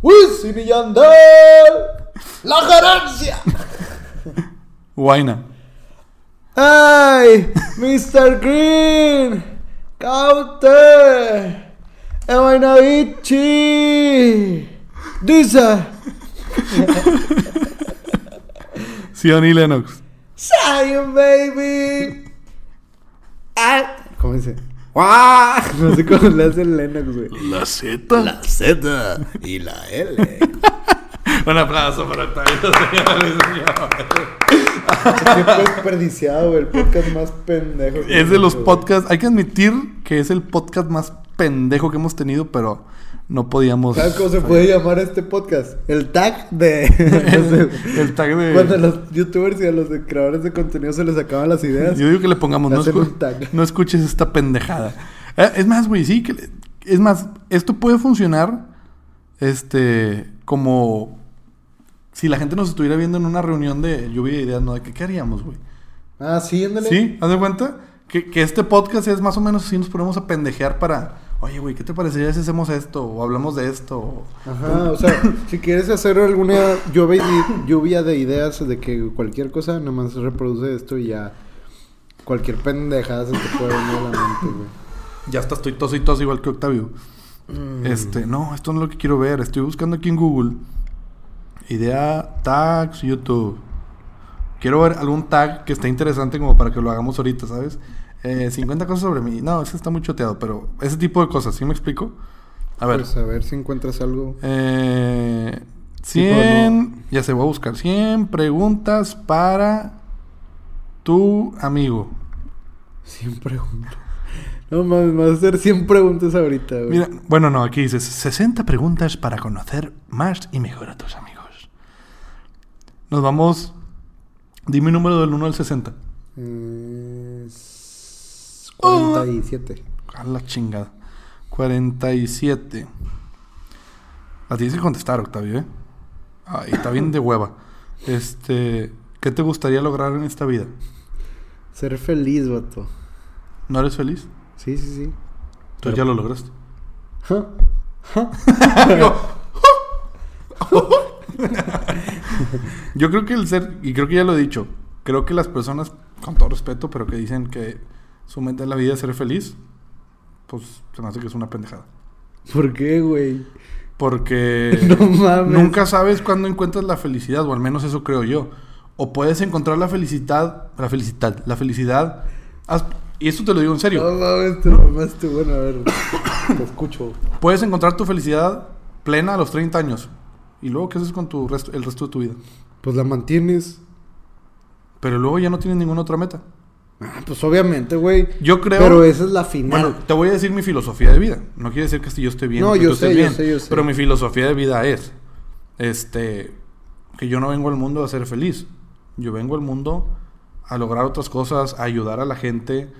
¡Wisin y Yandel!
La ganancia.
Huayna.
¡Ay! ¡Mr. Green! ¡Caute! ¡Ewainavichi! ¡Dice!
Sion y Lennox.
¡Zion, baby! Ah. ¿Cómo dice? ¡Guau! No sé cómo le hace el Lennox, güey.
La Z.
La Z y la L.
Un aplauso para Octavio, señores y señores.
Qué desperdiciado, güey. El podcast más pendejo. que
Es de los
güey.
podcasts. Hay que admitir que es el podcast más pendejo que hemos tenido, pero no podíamos.
¿Sabes cómo se puede llamar este podcast? El tag de.
El- el tag de-
Cuando a los youtubers y a los de- creadores de contenido se les acaban las ideas.
Yo digo que le pongamos, no,
Hacer
escu-
un tag.
no escuches esta pendejada. Eh, es más, güey, sí, que le- es más, esto puede funcionar este como si la gente nos estuviera viendo en una reunión de lluvia de ideas, ¿no? De que, qué haríamos, güey.
Ah, sí, ándale.
¿Sí? ¿Haz de cuenta? Que, que este podcast es más o menos así, nos ponemos a pendejear para, oye, güey, ¿qué te parecería si hacemos esto? O hablamos de esto. O-
Ajá, o sea, si quieres hacer alguna lluvia, lluvia de ideas de que cualquier cosa, nomás reproduce esto y ya. Cualquier pendejada se te puede venir a la mente, güey.
Ya hasta estoy tos y tos igual que Octavio. Este, no, esto no es lo que quiero ver. Estoy buscando aquí en Google. Idea, tags, YouTube. Quiero ver algún tag que esté interesante como para que lo hagamos ahorita, ¿sabes? Eh, 50 cosas sobre mí. No, ese está muy choteado, pero ese tipo de cosas, ¿sí me explico? A ver.
Pues a ver si encuentras algo.
Eh,
Tipo,
100, ya se voy a buscar. 100 preguntas para tu amigo.
100 preguntas. No mames, me vas a hacer 100 preguntas ahorita, güey.
Mira, bueno, no, aquí dices 60 preguntas para conocer más y mejor a tus amigos. Nos vamos. Dime un número del 1 al 60.
Eh, s- 47.
A la chingada. 47. La tienes que contestar, Octavio, ¿eh? Ay, está bien de hueva. Este. ¿Qué te gustaría lograr en esta vida?
Ser feliz, vato.
¿No eres feliz?
Sí, sí, sí.
Tú ya lo lograste.
Ja. Ja.
Yo creo que el ser, y creo que ya lo he dicho, creo que las personas, con todo respeto, pero que dicen que su meta en la vida es ser feliz, pues se me hace que es una pendejada.
¿Por qué, güey?
Porque
No mames.
nunca sabes cuándo encuentras la felicidad, o al menos eso creo yo. O puedes encontrar la felicidad, la felicidad, la felicidad. haz- y esto te lo digo en serio.
No mames, te mamaste. Bueno, a ver. Te escucho.
Puedes encontrar tu felicidad plena a los 30 años. ¿Y luego qué haces con tu resto- el resto de tu vida?
Pues la mantienes.
Pero luego ya no tienes ninguna otra meta.
Ah, pues obviamente, güey.
Yo creo-
Pero esa es la final.
Bueno, te voy a decir mi filosofía de vida. No quiere decir que si yo esté bien,
No,
o que
yo
tú estés
sé, yo
bien.
sé, yo sé.
Pero mi filosofía de vida es, este, que yo no vengo al mundo a ser feliz. Yo vengo al mundo a lograr otras cosas, a ayudar a la gente,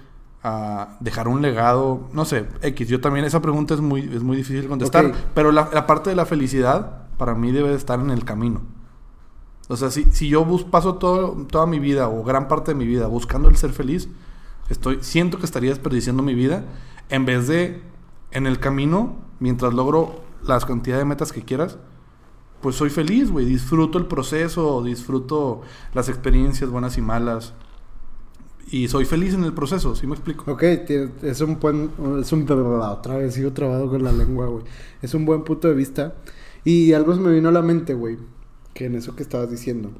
a dejar un legado, no sé, X. Yo también, esa pregunta es muy, es muy difícil de contestar,
Ok.
pero la, la parte de la felicidad para mí debe de estar en el camino. O sea, si, si yo bus- paso todo, toda mi vida o gran parte de mi vida buscando el ser feliz, estoy, siento que estaría desperdiciando mi vida en vez de en el camino, mientras logro las cantidades de metas que quieras, pues soy feliz, güey. Disfruto el proceso, disfruto las experiencias buenas y malas. Y soy feliz en el proceso, ¿sí me explico?
Ok, tiene- es un buen. Es un. Otra vez sigo trabado con la lengua, güey. Es un buen punto de vista. Y algo se me vino a la mente, güey. Que en eso que estabas diciendo.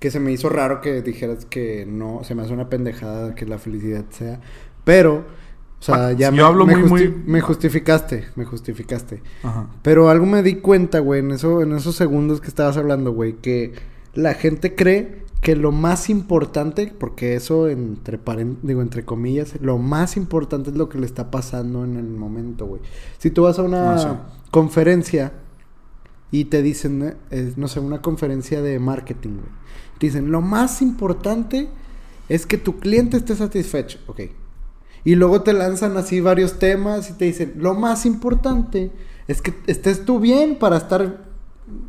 Que se me hizo raro que dijeras que no. Se me hace una pendejada que la felicidad sea. Pero. O sea,
Ah,
ya
yo
me,
hablo
me
muy, muy-
me justificaste. Me justificaste.
Ajá.
Pero algo me di cuenta, güey, en, eso, en esos segundos que estabas hablando, güey, que la gente cree que lo más importante, porque eso entre paren- digo entre comillas, lo más importante es lo que le está pasando en el momento, güey. Si tú vas a una
Ah, sí.
conferencia y te dicen, eh, es, no sé, una conferencia de marketing, güey. Te dicen, lo más importante es que tu cliente esté satisfecho, ok. Y luego te lanzan así varios temas y te dicen, lo más importante es que estés tú bien para estar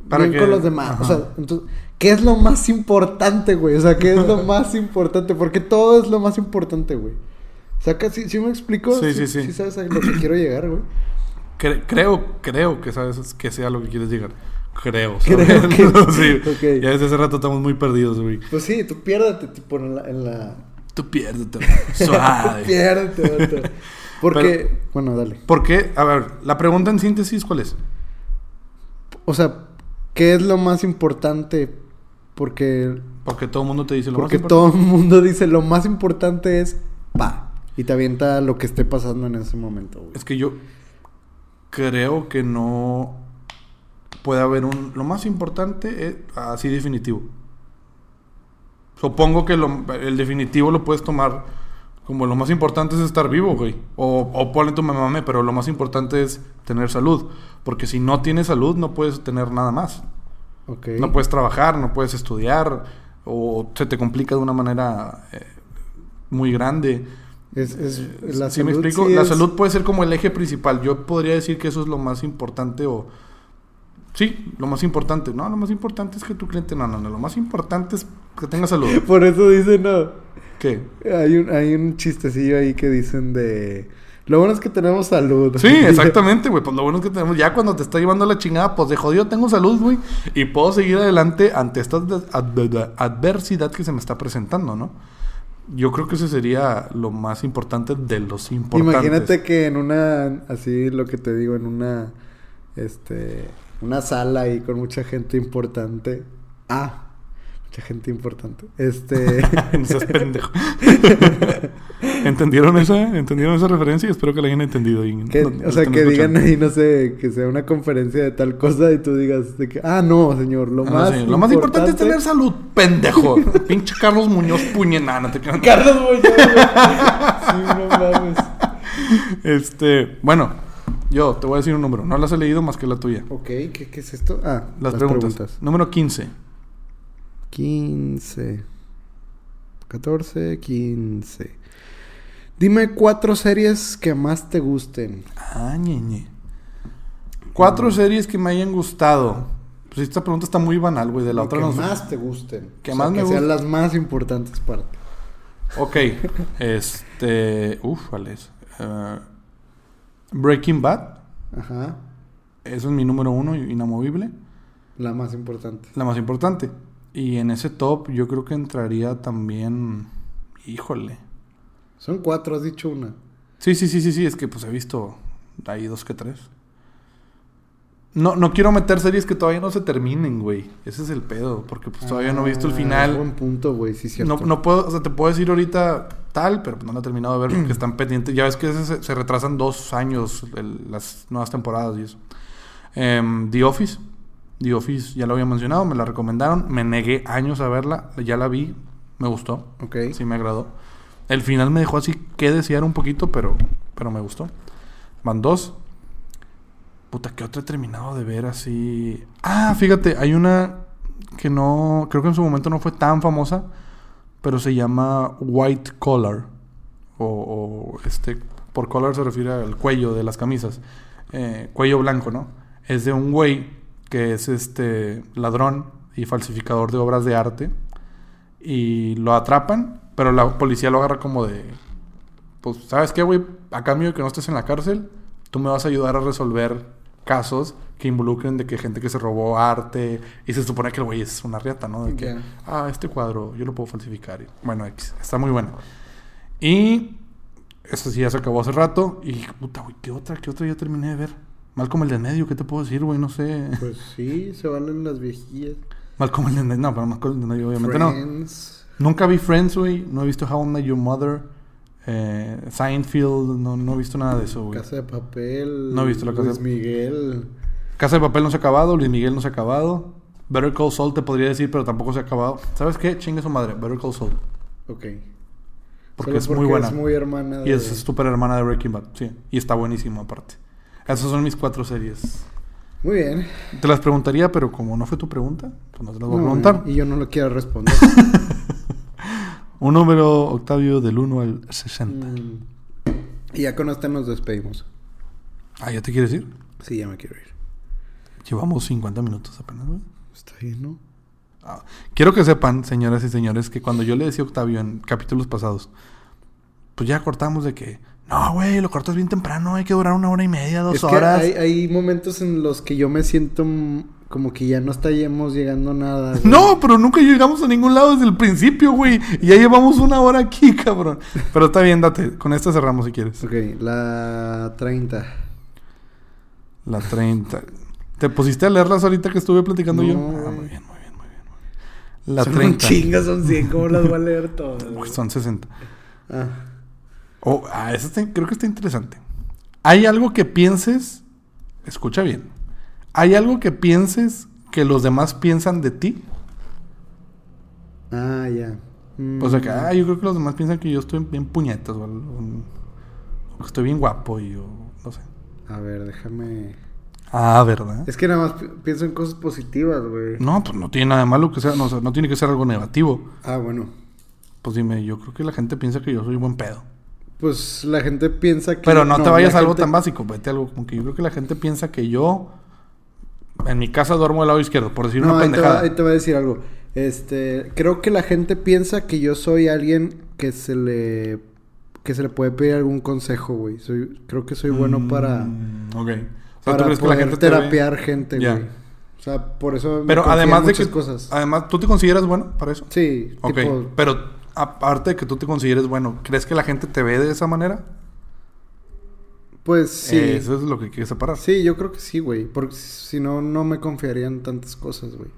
Para
bien
que-
con los demás. O
ajá.
sea, entonces, ¿qué es lo más importante, güey? O sea, ¿qué es lo más importante? Porque todo es lo más importante, güey. O sea, casi, si me explico,
Sí, sí, sí.
sabes a lo que quiero llegar, güey.
Cre- creo, creo que sabes que sea lo que quieres llegar. Creo.
Creo
¿sabes?
que-
sí.
ok.
Ya desde hace rato estamos muy perdidos, güey.
Pues sí, tú piérdate, tipo, en la... En la...
Tú piérdete.
Tú
Suave.
piérdate, vato. Porque... Bueno, dale.
¿Por qué? A ver, la pregunta en síntesis, ¿cuál es?
O sea, ¿qué es lo más importante? Porque
Porque todo el mundo te dice lo
Porque
más importante.
todo el mundo dice lo más importante es va. Y te avienta lo que esté pasando en ese momento, güey.
Es que yo creo que no puede haber un... Lo más importante es así definitivo. Supongo que lo- el definitivo lo puedes tomar como lo más importante es estar vivo, güey. O, o ponle tu mamá, mame, pero lo más importante es tener salud. Porque si no tienes salud no puedes tener nada más.
Ok.
No pues, puedes trabajar, no puedes estudiar. O se te complica de una manera eh, muy grande.
Es, es- la
¿Sí eh, me
salud
explico?
sí
la
es-
salud puede ser como el eje principal. Yo podría decir que eso es lo más importante o... Sí, lo más importante. No, lo más importante es que tu cliente... No, no, no. Lo más importante es que tenga salud.
Por eso dicen, no.
¿Qué?
Hay un, hay un chistecillo ahí que dicen de. Lo bueno es que tenemos salud.
Sí, exactamente, güey. Pues lo bueno es que tenemos... Ya cuando te está llevando la chingada, pues de jodido tengo salud, güey. Y puedo seguir adelante ante esta ad- ad- adversidad que se me está presentando, ¿no? Yo creo que ese sería lo más importante de los importantes.
Imagínate que en una. Así lo que te digo, en una. Este. Una sala ahí con mucha gente importante. Ah. Mucha gente importante. Este.
no seas pendejo. ¿Entendieron esa, ¿Entendieron esa referencia? Espero que la hayan entendido. y
Que-
no-
o sea,
estén
que digan
escuchando.
ahí, no sé, que sea una conferencia de tal cosa y tú digas de que, ah, no, señor, lo,
Ah, no,
más,
señor. Lo más importante es tener salud, pendejo. Pinche Carlos Muñoz puñenana. Te creas.
Carlos Muñoz, güey. Sí, no mames.
Este, bueno, yo te voy a decir un número. No las he leído más que la tuya.
Ok, ¿qué, qué es esto? Ah,
Las, preguntas. Número 15.
15, 14, 15. Dime cuatro series que más te gusten.
Ah, ñeñe. Cuatro
Mm.
series que me hayan gustado. Pues esta pregunta está muy banal, güey. De la
O
otra
que
nos-
más te gusten.
que
O sea,
más me
que sean
gust-
las más importantes para ti.
Ok. Este. Uf, ¿cuál es? Eh, Breaking Bad.
Ajá,
Eso es mi número uno, inamovible.
la más importante.
La más importante. Y en ese top yo creo que entraría también... Híjole.
Son cuatro, has dicho una.
Sí, sí, sí, sí, sí. Es que pues he visto ahí dos que tres. No, no quiero meter series que todavía no se terminen, güey. Ese es el pedo. Porque pues todavía no he visto el
Ah,
final.
Buen punto, güey, sí, cierto.
No, no puedo... O sea, te puedo decir ahorita tal, pero pues no lo he terminado de ver porque están pendientes. Ya ves que se, se retrasan dos años el- las nuevas temporadas y eso. Em, The Office. The Office ya lo había mencionado, me la recomendaron. Me negué años a verla. Ya la vi. Me gustó.
Ok.
Sí me agradó. El final me dejó así que desear un poquito, pero, pero me gustó. Van dos. Puta, ¿qué otra he terminado de ver así? Ah, fíjate, hay una que no... Creo que en su momento no fue tan famosa, pero se llama White Collar. o, o, este, por collar se refiere al cuello de las camisas, eh, cuello blanco, ¿no? Es de un güey que es este ladrón y falsificador de obras de arte y lo atrapan, pero la policía lo agarra como de, pues, ¿sabes qué, güey? A cambio de que no estés en la cárcel, tú me vas a ayudar a resolver casos que involucren de que gente que se robó arte y se supone que el güey es una riata, ¿no? De que,
Ya.
ah, este cuadro yo lo puedo falsificar. Y, bueno, X, está muy bueno. Y eso sí ya se acabó hace rato y puta, güey, ¿qué otra? ¿Qué otra ya terminé de ver? Mal como el de en medio, ¿qué te puedo decir, güey? No sé.
Pues sí, se valen las viejillas.
Mal como el de en medio, no, pero mal como el de en medio, obviamente no.
Friends.
Nunca vi Friends, güey. No he visto How I Met Your Mother. Eh, Seinfeld, no, no he visto nada de eso, güey.
Casa de Papel.
No he visto la Casa de-
Luis Miguel.
Casa de Papel no se ha acabado, Luis Miguel no se ha acabado. Better Call Saul te podría decir, pero tampoco se ha acabado. ¿Sabes qué? Chingue su madre, Better Call Saul.
Ok.
Porque
Solo
es muy buena.
Es muy hermana.
Y
de-
es súper hermana de Breaking Bad, sí. Y está buenísimo aparte. Esas son mis cuatro series.
Muy bien.
Te las preguntaría, pero como no fue tu pregunta, pues no te las voy a
No,
preguntar.
Y yo no lo quiero responder.
Un número, Octavio, del 1 al 60.
Mm. y ya con esta nos despedimos.
Ah, ¿ya te quieres ir?
Sí, ya me quiero ir.
Llevamos 50 minutos apenas, güey.
Está bien, ¿no?
Ah, Quiero que sepan, señoras y señores, que cuando yo le decía a Octavio en capítulos pasados, pues ya cortamos de que, no, güey, lo cortas bien temprano, hay que durar una hora y media, dos
es
horas.
que hay, hay momentos en los que yo me siento mm, como que ya no estamos llegando a nada. güey.
No, pero nunca llegamos a ningún lado desde el principio, güey. Y ya llevamos una hora aquí, cabrón. Pero está bien, date. Con esta cerramos si quieres.
Ok, la 30.
La 30. ¿Te pusiste a leerlas ahorita que estuve platicando yo?
No,
Ah, muy
güey.
bien, muy bien, muy bien. muy bien. La
son
30.
un chingo, son 100. ¿Cómo las voy a leer todas?
Uy,
güey?
son 60.
Ah,
Oh, ah, eso está- creo que está interesante. Hay algo que pienses, escucha bien. Hay algo que pienses que los demás piensan de ti.
ah, ya. Mm,
O sea, que, ah, yo creo que los demás piensan que yo estoy bien puñetas o, algo, o que estoy bien guapo y yo, no sé.
A ver, déjame.
Ah, ¿verdad?
Es que nada más pi- pienso en cosas positivas, güey.
No, pues no tiene nada de malo que sea, no, o sea, no tiene que ser algo negativo.
Ah, bueno.
Pues dime, yo creo que la gente piensa que yo soy buen pedo.
Pues la gente piensa que.
Pero no, te
la
vayas a algo
gente-
tan básico, vete a algo como que yo creo que la gente piensa que yo en mi casa duermo del lado izquierdo, por decir
No,
una
ahí te, va,
pendejada.
ahí te voy a decir algo. Este, creo que la gente piensa que yo soy alguien que se le que se le puede pedir algún consejo, güey. Soy, creo que soy bueno para
Mm, ok. O sea, ¿tú
para
crees
poder
que la gente te ve?
terapiar gente,
Ya.
güey. O sea, por eso me
Pero
confían
además de
muchas
que
cosas.
además tú te consideras bueno para eso?
Sí,
Ok,
tipo
pero aparte de que tú te consideres bueno, ¿crees que la gente te ve de esa manera?
pues sí.
Eso es lo que quieres separar.
Sí, yo creo que sí, güey, porque si no no me confiarían tantas cosas, güey.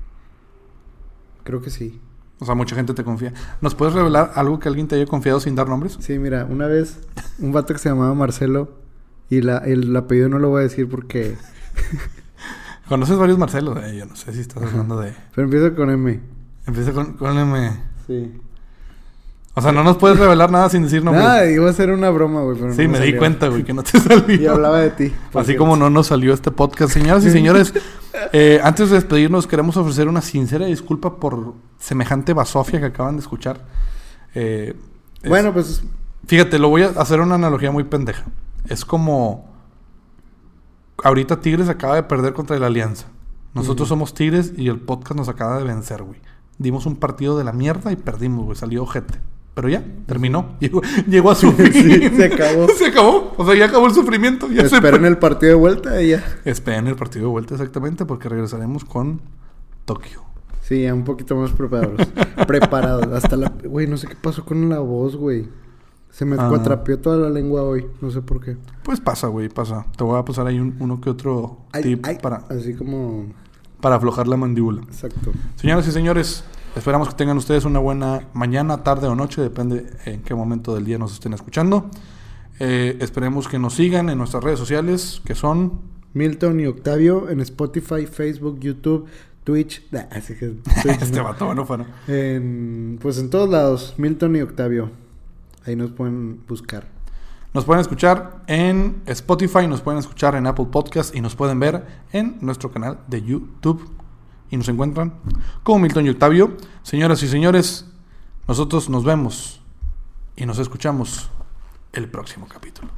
Creo que sí.
O sea, mucha gente te confía. ¿Nos puedes revelar algo que alguien te haya confiado sin dar nombres?
Sí, mira, una vez un vato que se llamaba Marcelo y la, el apellido no lo voy a decir porque...
¿Conoces varios Marcelos? Eh, yo no sé si estás hablando de...
Pero empieza con M.
Empieza con, con M.
Sí.
O sea, no nos puedes revelar nada sin decir nombres.
Nada, Ah, iba a ser una broma, güey. pero
sí,
no
me di
salió.
cuenta, güey, que no te salió.
Y hablaba de ti. por
Así
cierto.
como no nos salió este podcast. Señoras y señores, eh, antes de despedirnos, queremos ofrecer una sincera disculpa por semejante basofia que acaban de escuchar. Eh, es-
Bueno, pues
Fíjate, lo voy a hacer una analogía muy pendeja. Es como. Ahorita Tigres acaba de perder contra el Alianza. Nosotros somos Tigres y el podcast nos acaba de vencer, güey. Dimos un partido de la mierda y perdimos, güey. Salió ojete. Pero ya, terminó. Llegó, llegó a su fin.
Sí, se acabó.
se acabó. O sea, ya acabó el sufrimiento. Ya se
esperen el partido de vuelta y ya.
Esperen el partido de vuelta exactamente porque regresaremos con Tokio.
Sí, ya un poquito más preparados. preparados. Hasta la... Güey, no sé qué pasó con la voz, güey. Se me
Ah.
cuatrapió toda la lengua hoy. No sé por qué.
Pues pasa, güey, pasa. Te voy a pasar ahí un- uno que otro
Ay,
tip
ay,
Para,
Así como...
para aflojar la mandíbula.
Exacto.
Señoras y señores, esperamos que tengan ustedes una buena mañana, tarde o noche, depende en qué momento del día nos estén escuchando. Eh, esperemos que nos sigan en nuestras redes sociales, que son...
Milton y Octavio en Spotify, Facebook, YouTube, Twitch. Nah, así que Twitch,
Este
no.
vato, bueno, bueno.
En- pues en todos lados, Milton y Octavio. Ahí nos pueden buscar.
Nos pueden escuchar en Spotify, nos pueden escuchar en Apple Podcast y nos pueden ver en nuestro canal de YouTube. Y nos encuentran como Milton y Octavio. Señoras y señores, nosotros nos vemos y nos escuchamos el próximo capítulo.